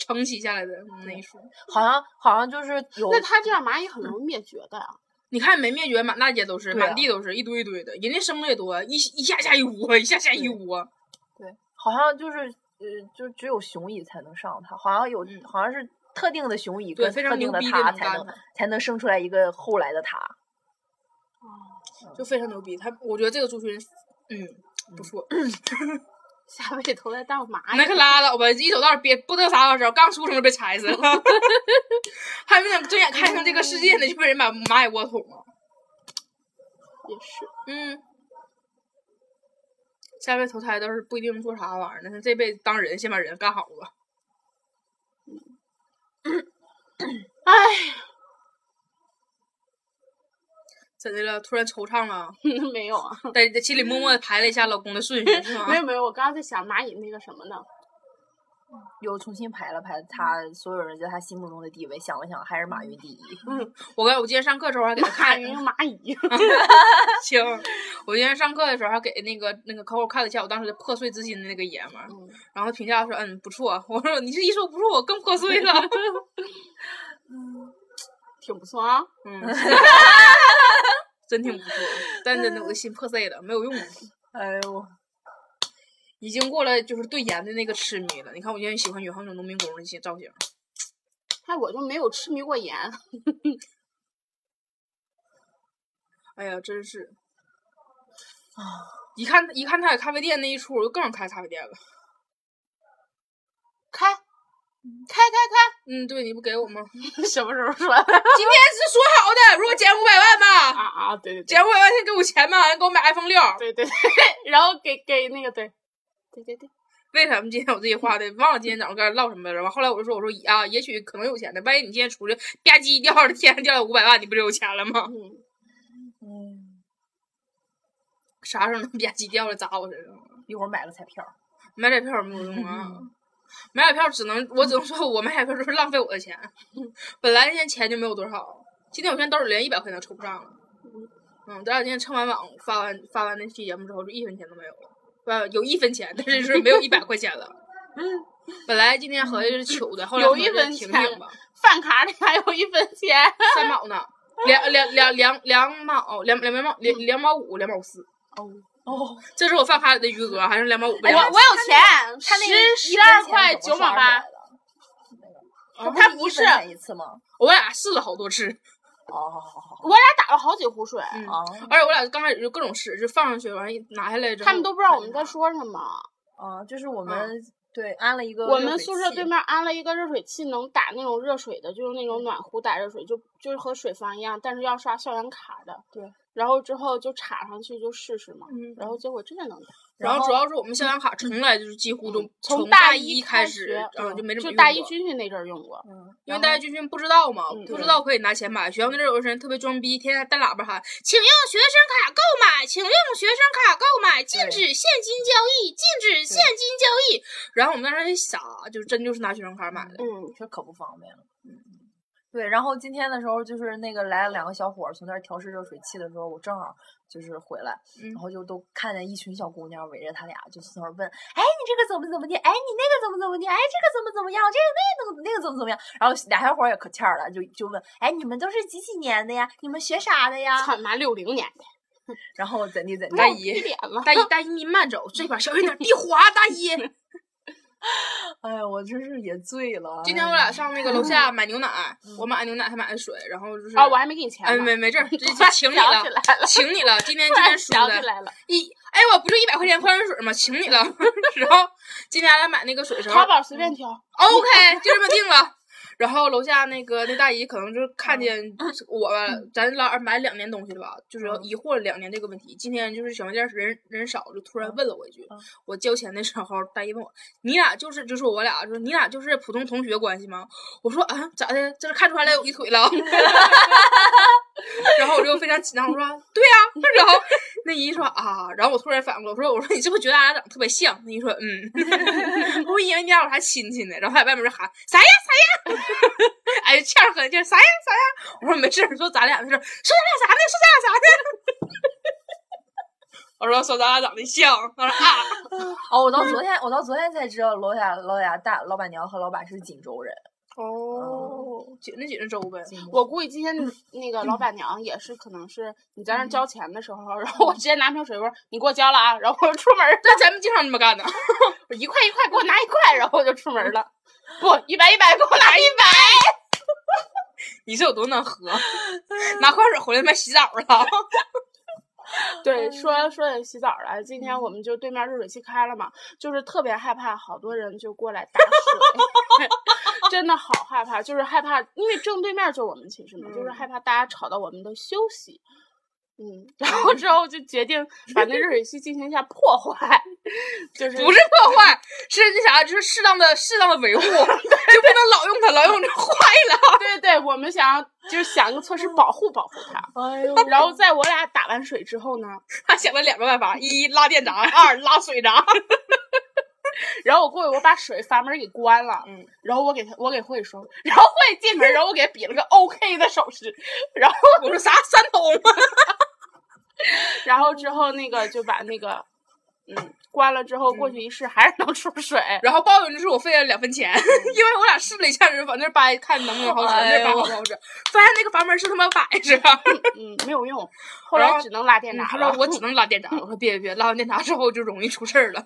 [SPEAKER 2] 承袭下来的那一说。
[SPEAKER 3] 好像好像就是
[SPEAKER 1] 嗯
[SPEAKER 3] 有
[SPEAKER 1] 那它这样蚂蚁很容易灭绝的啊。
[SPEAKER 2] 你看没灭绝，满大街都是，
[SPEAKER 3] 对啊
[SPEAKER 2] 满地都是，一堆一堆的。人家生的也多，一一下下一窝，一下下一窝。
[SPEAKER 3] 对，好像就是呃，就只有雄蚁才能上它，好像有、
[SPEAKER 2] 嗯
[SPEAKER 3] 好像是特定的雄蚁
[SPEAKER 2] 对
[SPEAKER 3] 跟
[SPEAKER 2] 非常
[SPEAKER 3] 特定
[SPEAKER 2] 牛
[SPEAKER 3] 的
[SPEAKER 2] 逼的
[SPEAKER 3] 它
[SPEAKER 2] 那种
[SPEAKER 3] 才
[SPEAKER 2] 大
[SPEAKER 3] 能
[SPEAKER 2] 的
[SPEAKER 3] 才能生出来一个后来的它。
[SPEAKER 2] 就非常牛逼。他，我觉得这个族群，嗯，不错。
[SPEAKER 1] 下辈子都在当蚂
[SPEAKER 2] 那可
[SPEAKER 1] 蚁。
[SPEAKER 2] 拉倒吧，一手袋儿憋不得啥小时候，刚出生就被踩死 了，还没等睁眼看上这个世界呢，就被人把蚂蚁窝捅了。
[SPEAKER 1] 也是，
[SPEAKER 2] 嗯，下辈子投胎倒是不一定能做啥玩意儿呢，那这辈子当人先把人干好了。
[SPEAKER 1] 哎，
[SPEAKER 2] 怎的了？突然惆 怅了，
[SPEAKER 1] 没有啊，
[SPEAKER 2] 在在心里默默地排了一下老公的顺序，是吗
[SPEAKER 1] 没？有没有，我刚刚在想蚂蚁那个什么呢？
[SPEAKER 3] 又重新排了排他
[SPEAKER 2] 嗯
[SPEAKER 3] 所有人在他心目中的地位，想了想还是马云第一。
[SPEAKER 2] 嗯我刚我今天上课的时候还给他
[SPEAKER 1] 马
[SPEAKER 2] 看，
[SPEAKER 1] 云蚂蚁，哎
[SPEAKER 2] 行，我今天上课的时候还给那个那个 Coco 看了一下我当时破碎之心的那个爷们儿，
[SPEAKER 1] 嗯
[SPEAKER 2] 然后评价说，嗯，不错。我说你这一说不错，我更破碎了。
[SPEAKER 1] 挺不错啊。
[SPEAKER 2] 嗯， 真挺不错，但真的我的心破碎了，没有用，
[SPEAKER 3] 哎呦，
[SPEAKER 2] 已经过了就是对盐的那个痴迷了。你看我现在喜欢远航那种农民工的一些造型，
[SPEAKER 1] 哎，我就没有痴迷过盐，
[SPEAKER 2] 哎呀，真是一看一看他在咖啡店那一出，我就更想开咖啡店了。
[SPEAKER 1] 开，开开
[SPEAKER 2] 嗯，对，你不给我吗？今
[SPEAKER 1] 开， 什么时候说的？
[SPEAKER 2] 天是说好的，如果减五百万吧。
[SPEAKER 1] 啊啊，对对对
[SPEAKER 2] 姐，我完先给我钱吧，给我买 iPhone 六。
[SPEAKER 1] 对对 对，然后给给那个对，对对对，
[SPEAKER 2] 为什么今天我自己花的？忘了今天早上跟人唠什么了。完后来我就说，我说啊，也许可能有钱的，万一你今天出去吧唧掉了，天上掉了五百万，你不就有钱了吗？
[SPEAKER 1] 嗯，
[SPEAKER 3] 嗯，
[SPEAKER 2] 啥时候能 吧唧掉了砸我身上？
[SPEAKER 3] 一会儿买个彩票。
[SPEAKER 2] 买彩票没有用啊。
[SPEAKER 1] 嗯
[SPEAKER 2] 买彩票只能，我只能说，我买彩票就是浪费我的钱。 本来现在钱就没有多少，今天我现在兜里连一百块钱都抽不上了。嗯，这两天蹭完网发完发完那期节目之后，就一分钱都没有了，呃，有一分钱，但是就是没有一百 块钱了。本来今天合计是糗的，后
[SPEAKER 1] 嗯
[SPEAKER 2] 来
[SPEAKER 1] 有
[SPEAKER 2] 我说
[SPEAKER 1] 一分
[SPEAKER 2] 停
[SPEAKER 1] 钱
[SPEAKER 2] 停吧，
[SPEAKER 1] 饭卡里还有一分钱，
[SPEAKER 2] 三毛 呢，两两两两两毛，两两毛两两毛五，两毛四，
[SPEAKER 1] 哦，
[SPEAKER 3] 哦，
[SPEAKER 2] 这是我饭卡里的余额，还是两毛
[SPEAKER 1] 哎我
[SPEAKER 2] 五
[SPEAKER 1] 我
[SPEAKER 2] 被人
[SPEAKER 1] 有钱，
[SPEAKER 3] 他那个
[SPEAKER 1] 十十二块九毛八，，他不是
[SPEAKER 3] 一次吗？
[SPEAKER 2] 我俩试了好多次。
[SPEAKER 3] 哦，好好好好
[SPEAKER 1] 我俩打了好几壶水，
[SPEAKER 2] 嗯
[SPEAKER 3] 哦
[SPEAKER 2] 而且我俩刚开始就各种试，就放上去，完一拿下来之后，嗯
[SPEAKER 1] 他们都不知道我们在说什么。
[SPEAKER 3] 哦，就是我们对安了一个
[SPEAKER 1] 我
[SPEAKER 3] 热
[SPEAKER 1] 们
[SPEAKER 3] 水
[SPEAKER 1] 宿舍
[SPEAKER 3] 器
[SPEAKER 1] 对面安了一个热水器，能打那种热水的，就是那种暖壶打热水，就就是和水房一样，但是要刷校园卡的。
[SPEAKER 3] 对。
[SPEAKER 1] 然后之后就插上去就试试嘛，
[SPEAKER 2] 嗯
[SPEAKER 1] 然后结果真的能打。
[SPEAKER 2] 然
[SPEAKER 3] 然
[SPEAKER 2] 后
[SPEAKER 3] 后
[SPEAKER 2] 主要是我们校园卡从来就是几乎都
[SPEAKER 1] 嗯从
[SPEAKER 2] 大
[SPEAKER 1] 一
[SPEAKER 2] 开
[SPEAKER 1] 始
[SPEAKER 2] 始，，嗯，就没怎么
[SPEAKER 1] 就
[SPEAKER 2] 用
[SPEAKER 1] 大
[SPEAKER 2] 过
[SPEAKER 1] 一军训那阵儿用过。
[SPEAKER 3] 嗯，
[SPEAKER 2] 因为
[SPEAKER 3] 然
[SPEAKER 2] 大家
[SPEAKER 3] 后
[SPEAKER 2] 军训不知道嘛，
[SPEAKER 1] 嗯
[SPEAKER 2] 不
[SPEAKER 1] 对
[SPEAKER 2] 知道可以拿钱买。学校那阵儿有个人特别装逼，天天带喇叭喊：“请用学生卡购买，请用学生卡购买，禁
[SPEAKER 3] 对
[SPEAKER 2] 止现金交易，禁止现金交易。”然后我们当时傻，就真就是拿学生卡买的。
[SPEAKER 1] 嗯，
[SPEAKER 3] 这可不方便了。嗯对，然后今天的时候就是那个来了两个小伙儿从那儿调试热水器的时候，我正好就是回来，
[SPEAKER 2] 嗯
[SPEAKER 3] 然后就都看见一群小姑娘围着他俩，就从那儿问，哎，你这个怎么怎么地，哎，你那个怎么怎么地，哎，这个怎么怎么样，这个那个那个怎么怎么样，然后俩小伙儿也可欠儿了，就就问，哎，你们都是几几年的呀？你们学啥的呀？
[SPEAKER 1] 操你妈六零年的，
[SPEAKER 3] 然后怎地怎地
[SPEAKER 2] 大，
[SPEAKER 1] 我
[SPEAKER 2] 姨
[SPEAKER 1] 皮脸了。
[SPEAKER 2] 大一大一你慢走，这边小心点，地滑。大 一，
[SPEAKER 3] 哎呀，我真是也醉了。
[SPEAKER 2] 今天我
[SPEAKER 3] 哎
[SPEAKER 2] 俩上那个楼下买牛奶，我买牛奶，他买的水，然后就是
[SPEAKER 1] 啊，哦嗯我还没给你钱
[SPEAKER 2] 哎，
[SPEAKER 1] 呢。
[SPEAKER 2] 没没 事儿，这
[SPEAKER 1] 突
[SPEAKER 2] 这
[SPEAKER 1] 然
[SPEAKER 2] 请你
[SPEAKER 1] 想起
[SPEAKER 2] 了，
[SPEAKER 1] 来了，
[SPEAKER 2] 请你了。今天
[SPEAKER 1] 突
[SPEAKER 2] 今
[SPEAKER 1] 然
[SPEAKER 2] 天输
[SPEAKER 1] 想起
[SPEAKER 2] 的
[SPEAKER 1] 来了。
[SPEAKER 2] 一，哎，我不就一百块钱矿泉水吗？请你了。 然后今天来买那个水的时候
[SPEAKER 1] 淘宝随便挑，
[SPEAKER 2] ，OK，就 这么定了。然后楼下那个那大姨可能就是
[SPEAKER 3] 嗯
[SPEAKER 2] 看见我吧，咱老二买两年东西了吧，就是
[SPEAKER 3] 嗯
[SPEAKER 2] 疑惑了两年这个问题。今天就是小卖店儿人人少，就突然问了我一句
[SPEAKER 3] 嗯。
[SPEAKER 2] 我交钱的时候，大姨问我：“你俩就是就是我俩，就是你俩就是普通同学关系吗？”我说：“啊，咋的？这是看出来有一腿 了？” 然后我就非常紧张，我说：“对呀、 然后那姨说：“啊。”然后我突然反过来，我说：“我说你是不是觉得俺俩长得特别像？”那姨说：“嗯。”我以为你俩有啥亲戚呢，然后他在外面就喊：“啥呀 啥呀！”哎，欠儿狠劲儿，啥呀啥呀！我说没事儿，说咱俩的事儿，说咱俩啥呢？说咱俩啥呢？ 我说说咱俩长得像，他说啊，
[SPEAKER 3] 哦，我到昨天，我到昨天才知道楼下老俩大老板娘和老板是锦州人。
[SPEAKER 2] 哦，紧着紧着周呗。
[SPEAKER 1] 我估计今天那个老板娘也是，可能是你在那儿交钱的时候，然后我直接拿瓶水波，你给我交了啊，然后我就出门儿，
[SPEAKER 2] 那咱们经常这么干的，
[SPEAKER 1] 我一块一块给我拿一块，然后我就出门了。不，一百一百给我拿一百。
[SPEAKER 2] 你是有多能喝？拿矿水回来他妈洗澡了。
[SPEAKER 1] 对，说说起洗澡了，今天我们就对面热水器开了嘛，就是特别害怕，好多人就过来打水， 真的好害怕，就是害怕，因为正对面就我们寝室嘛，就是害怕大家吵到我们的休息。嗯，然后之后就决定把那热水器进行一下破坏，就是
[SPEAKER 2] 不是破坏，是那啥，就是适当的、适当的维护，就不能老用它，老用就坏了。
[SPEAKER 1] 对对，我们想要就是想一个措施保护保护它。
[SPEAKER 3] 哎呦，
[SPEAKER 1] 然后在我俩打完水之后呢，
[SPEAKER 2] 他想了两个办法：一拉电闸，二拉水闸。
[SPEAKER 1] 然后我过去，我把水阀门给关了，
[SPEAKER 2] 嗯，
[SPEAKER 1] 然后我给他，我给慧说，然后慧进门，然后我给他比了个 OK 的手势，然后
[SPEAKER 2] 我说啥三通吗？
[SPEAKER 1] 然后之后那个就把那个，嗯，关了之后过
[SPEAKER 2] 嗯
[SPEAKER 1] 去一试，还是能出水。
[SPEAKER 2] 然后抱怨就是我费了两分钱， 因为我俩试了一下，人往那儿掰，看能不能好使，
[SPEAKER 3] 哎
[SPEAKER 2] 那
[SPEAKER 3] 呦
[SPEAKER 2] 扒好不好使，发现那个阀门是他妈摆着。
[SPEAKER 1] 嗯，没有用，后
[SPEAKER 2] 然
[SPEAKER 1] 来
[SPEAKER 2] 后
[SPEAKER 1] 只能拉电闸
[SPEAKER 2] 他
[SPEAKER 1] 了
[SPEAKER 2] 说。我只能拉电闸，我说别别别，拉完电闸之后就容易出事儿了。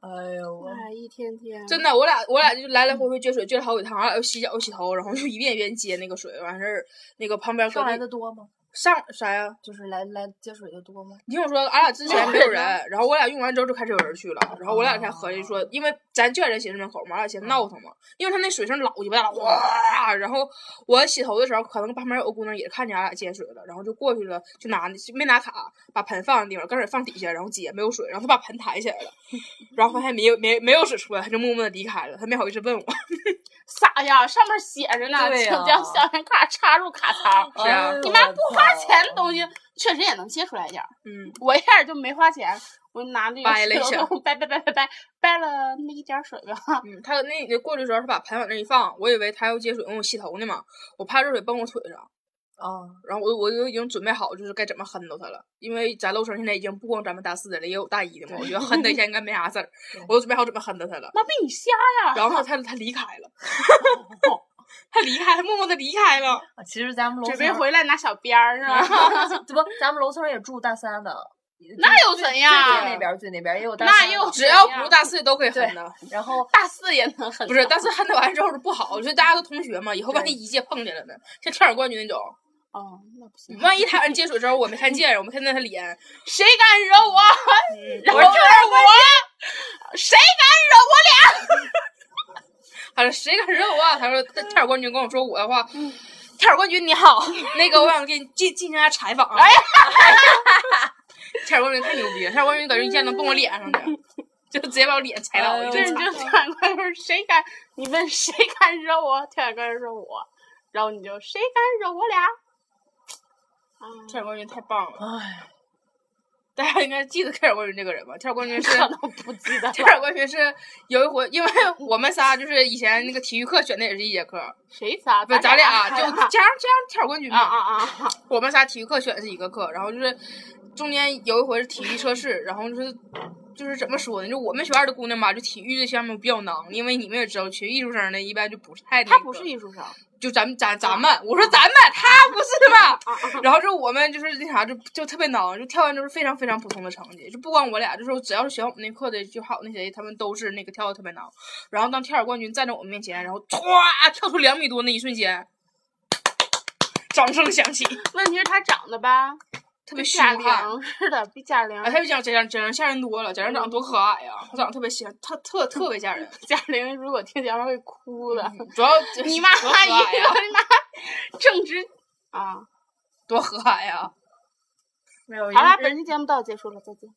[SPEAKER 3] 哎呦我，
[SPEAKER 1] 哎，一天天
[SPEAKER 2] 真的，我俩我俩就来来回回撅水撅了好几趟，我俩又洗脚又洗头，然后就一遍一遍接那个水，完事儿那个旁边搁
[SPEAKER 3] 上来
[SPEAKER 2] 那
[SPEAKER 3] 的多吗？
[SPEAKER 2] 上啥呀？
[SPEAKER 3] 就是来来接水的多吗？
[SPEAKER 2] 你听我说，俺俩之前没有人，然后我俩用完之后就开始有人去了，然后我俩才合计说，因为咱就在这寝室门口嘛，俺俩嫌闹腾嘛，因为他那水声老鸡巴大了，哇！然后我洗头的时候，可能旁边有个姑娘也看见俺俩接水了，然后就过去了，就拿没拿卡，把盆放在地方，跟水放底下，然后接没有水，然后他把盆抬起来 了，然后发现没有没没有水出来，他就默默的离开了，他没好意思问我，
[SPEAKER 1] 啥哎呀？上面写着呢，
[SPEAKER 3] 对
[SPEAKER 1] 请
[SPEAKER 3] 呀
[SPEAKER 1] 将小人卡插入卡槽。
[SPEAKER 2] 是啊
[SPEAKER 3] 哎呦
[SPEAKER 1] 你妈不花钱的
[SPEAKER 3] 我
[SPEAKER 1] 东西，确实也能接出来点儿。
[SPEAKER 2] 嗯，
[SPEAKER 1] 我一开始就没花钱，我拿那
[SPEAKER 2] 掰了一
[SPEAKER 1] 个水
[SPEAKER 2] 下
[SPEAKER 1] 龙头掰掰掰掰掰掰了那么一点儿水吧。
[SPEAKER 2] 嗯，他那你过去的时候，他把盆往那一放，我以为他要接水，因为我洗头呢嘛，我怕热水崩我腿上。
[SPEAKER 3] 操啊，
[SPEAKER 2] 然后我我就已经准备好，就是该怎么哼到他了，因为咱楼层现在已经不光咱们大四的了，也有大一的嘛，我觉得哼他一下应该没啥事儿
[SPEAKER 3] 对，
[SPEAKER 2] 我都准备好怎么哼到他 了。
[SPEAKER 1] 妈逼你瞎呀！
[SPEAKER 2] 然后他他离开了，他离开，他默默的离开了。
[SPEAKER 3] 啊其实咱们楼
[SPEAKER 1] 准
[SPEAKER 3] 层
[SPEAKER 1] 备回来拿小鞭儿是 吧？
[SPEAKER 3] 这不，咱们楼层也住大三的，
[SPEAKER 1] 那又怎样？
[SPEAKER 3] 最那边儿最那边儿也有大
[SPEAKER 1] 那
[SPEAKER 3] 三的，
[SPEAKER 1] 又
[SPEAKER 2] 只要不是大四的都可以
[SPEAKER 3] 对
[SPEAKER 2] 哼他，
[SPEAKER 3] 然 后
[SPEAKER 1] 大四也能很
[SPEAKER 2] 不是大四哼他完之后是不好，所以大家都同学嘛，以后万一
[SPEAKER 3] 对
[SPEAKER 2] 一届碰见了呢，像跳远冠军那种，
[SPEAKER 1] 哦，那不
[SPEAKER 3] 嗯
[SPEAKER 1] 行。
[SPEAKER 2] 万一他人接水之后我没看见，我没看见他脸，
[SPEAKER 1] 谁敢惹我？
[SPEAKER 2] 嗯
[SPEAKER 1] 然
[SPEAKER 2] 我
[SPEAKER 1] 后就是我，谁
[SPEAKER 2] 他说谁敢惹我啊？他说跳远冠军跟我说我的话，跳远冠军你好， 那个我想给你进进行一下采访啊。哎呀， 跳远冠军太牛逼了，跳远冠军感觉一下能蹦我脸上去，就直接把我脸踩倒
[SPEAKER 3] 哎
[SPEAKER 2] 了。
[SPEAKER 3] 呦
[SPEAKER 2] 一
[SPEAKER 1] 敢？就是
[SPEAKER 2] 顿
[SPEAKER 1] 你
[SPEAKER 2] 踩
[SPEAKER 1] 就反过来说谁敢？你问谁敢惹我？跳远哥说我，然后你就谁敢惹我俩？啊，
[SPEAKER 2] 跳远冠军太棒了，
[SPEAKER 3] 哎，
[SPEAKER 2] 大家应该记得跳远冠军这个人吧？跳远冠军是
[SPEAKER 1] 可能不记得
[SPEAKER 2] 跳
[SPEAKER 1] 了。
[SPEAKER 2] 远冠军是有一回，因为我们仨就是以前那个体育课选的也是一节课，
[SPEAKER 1] 谁仨？
[SPEAKER 2] 不是咱俩啊就嗯
[SPEAKER 1] 就
[SPEAKER 2] 加上加上跳远冠军
[SPEAKER 1] 啊
[SPEAKER 2] 嘛。
[SPEAKER 1] 啊啊！
[SPEAKER 2] 我们仨体育课选的是一个课，然后就是中间有一回是体育测试，然后就是就是怎么说呢？就我们学院的姑娘吧，就体育这项目比较囊，因为你们也知道，学艺术生的一般就不是太、那
[SPEAKER 1] 他
[SPEAKER 2] 个
[SPEAKER 1] 不是艺术生啊
[SPEAKER 2] 就咱们咱咱们，我说咱们，他不是嘛？
[SPEAKER 1] 啊！
[SPEAKER 2] 然后就我们就是那啥，就就特别囊，就跳完就是非常非常普通的成绩，就不光我俩，就是只要是选我们那课的，就还有那谁，他们都是那个跳的特别囊。然后当跳远冠军站在我们面前，然后歘跳出两米多那一瞬间，掌声响起，
[SPEAKER 1] 问题是他长得吧，
[SPEAKER 2] 特别
[SPEAKER 1] 跟
[SPEAKER 2] 凶
[SPEAKER 1] 贾
[SPEAKER 2] 悍。
[SPEAKER 1] 玲似的，比贾玲
[SPEAKER 2] 哎，他就讲贾玲，贾玲吓人多了，贾玲长得多可爱呀、她长得特别吓，她特特别吓人，
[SPEAKER 1] 贾玲如果听节目会哭的。
[SPEAKER 2] 主要
[SPEAKER 1] 你妈一
[SPEAKER 2] 多嗯可爱啊呀、
[SPEAKER 1] 个你妈正直啊！
[SPEAKER 2] 多可爱呀、
[SPEAKER 3] 没有
[SPEAKER 1] 好啦，本期节目到此结束了，再见。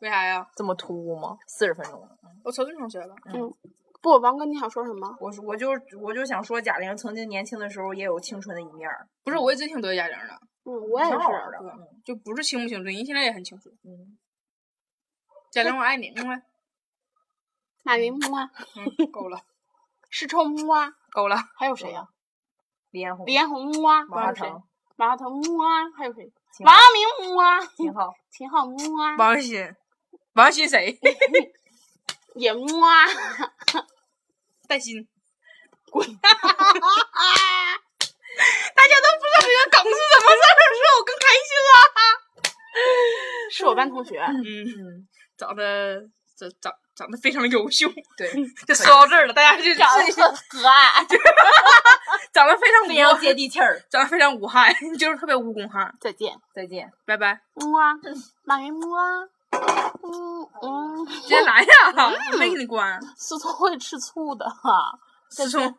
[SPEAKER 2] 为啥呀？
[SPEAKER 3] 这么突兀吗？四十分钟。
[SPEAKER 2] 我瞅你长学了，
[SPEAKER 1] 不，王哥，你想说什么？
[SPEAKER 3] 我我就我就想说，贾玲曾经年轻的时候也有清纯的一面儿，
[SPEAKER 2] 不是，我一直挺得意贾玲的，
[SPEAKER 1] 嗯，我也
[SPEAKER 3] 挺好玩
[SPEAKER 1] 是。
[SPEAKER 3] 的。
[SPEAKER 2] 就不是清不清纯，人现在也很清纯。
[SPEAKER 3] 嗯，
[SPEAKER 2] 贾玲，我爱你， 么么，
[SPEAKER 1] 马云木啊，
[SPEAKER 2] 嗯，够了，
[SPEAKER 1] 石臭木啊，
[SPEAKER 2] 够 了，
[SPEAKER 1] 还有谁呀？
[SPEAKER 3] 李彦宏、
[SPEAKER 1] 李彦宏木啊，
[SPEAKER 3] 马
[SPEAKER 1] 还
[SPEAKER 3] 化
[SPEAKER 1] 有谁？
[SPEAKER 3] 腾、
[SPEAKER 1] 马化腾木啊，还有谁？
[SPEAKER 3] 秦
[SPEAKER 1] 王阳明木啊，
[SPEAKER 3] 秦昊，
[SPEAKER 1] 秦昊木啊，
[SPEAKER 2] 王欣，王欣谁？
[SPEAKER 1] 也木啊，
[SPEAKER 2] 带 薪，滚！ 大家都不知道这个梗是什么事儿，说我更开心了。
[SPEAKER 1] 是我班同学，
[SPEAKER 2] 嗯，长得长长长得非常优秀，
[SPEAKER 3] 对，
[SPEAKER 2] 就说到这儿了，大家就
[SPEAKER 1] 长得
[SPEAKER 2] 自己
[SPEAKER 1] 很和蔼，
[SPEAKER 2] 长得非常
[SPEAKER 3] 非
[SPEAKER 2] 无
[SPEAKER 3] 常接地气儿。
[SPEAKER 2] 长得非常武汉， 就是特别无公汉。
[SPEAKER 1] 再见，
[SPEAKER 3] 再见，
[SPEAKER 2] 拜拜，
[SPEAKER 1] 么啊，马云么啊，嗯嗯，
[SPEAKER 2] 嗯直接来呀，没给你关。
[SPEAKER 1] 司徒会吃醋的哈、
[SPEAKER 2] 思聪，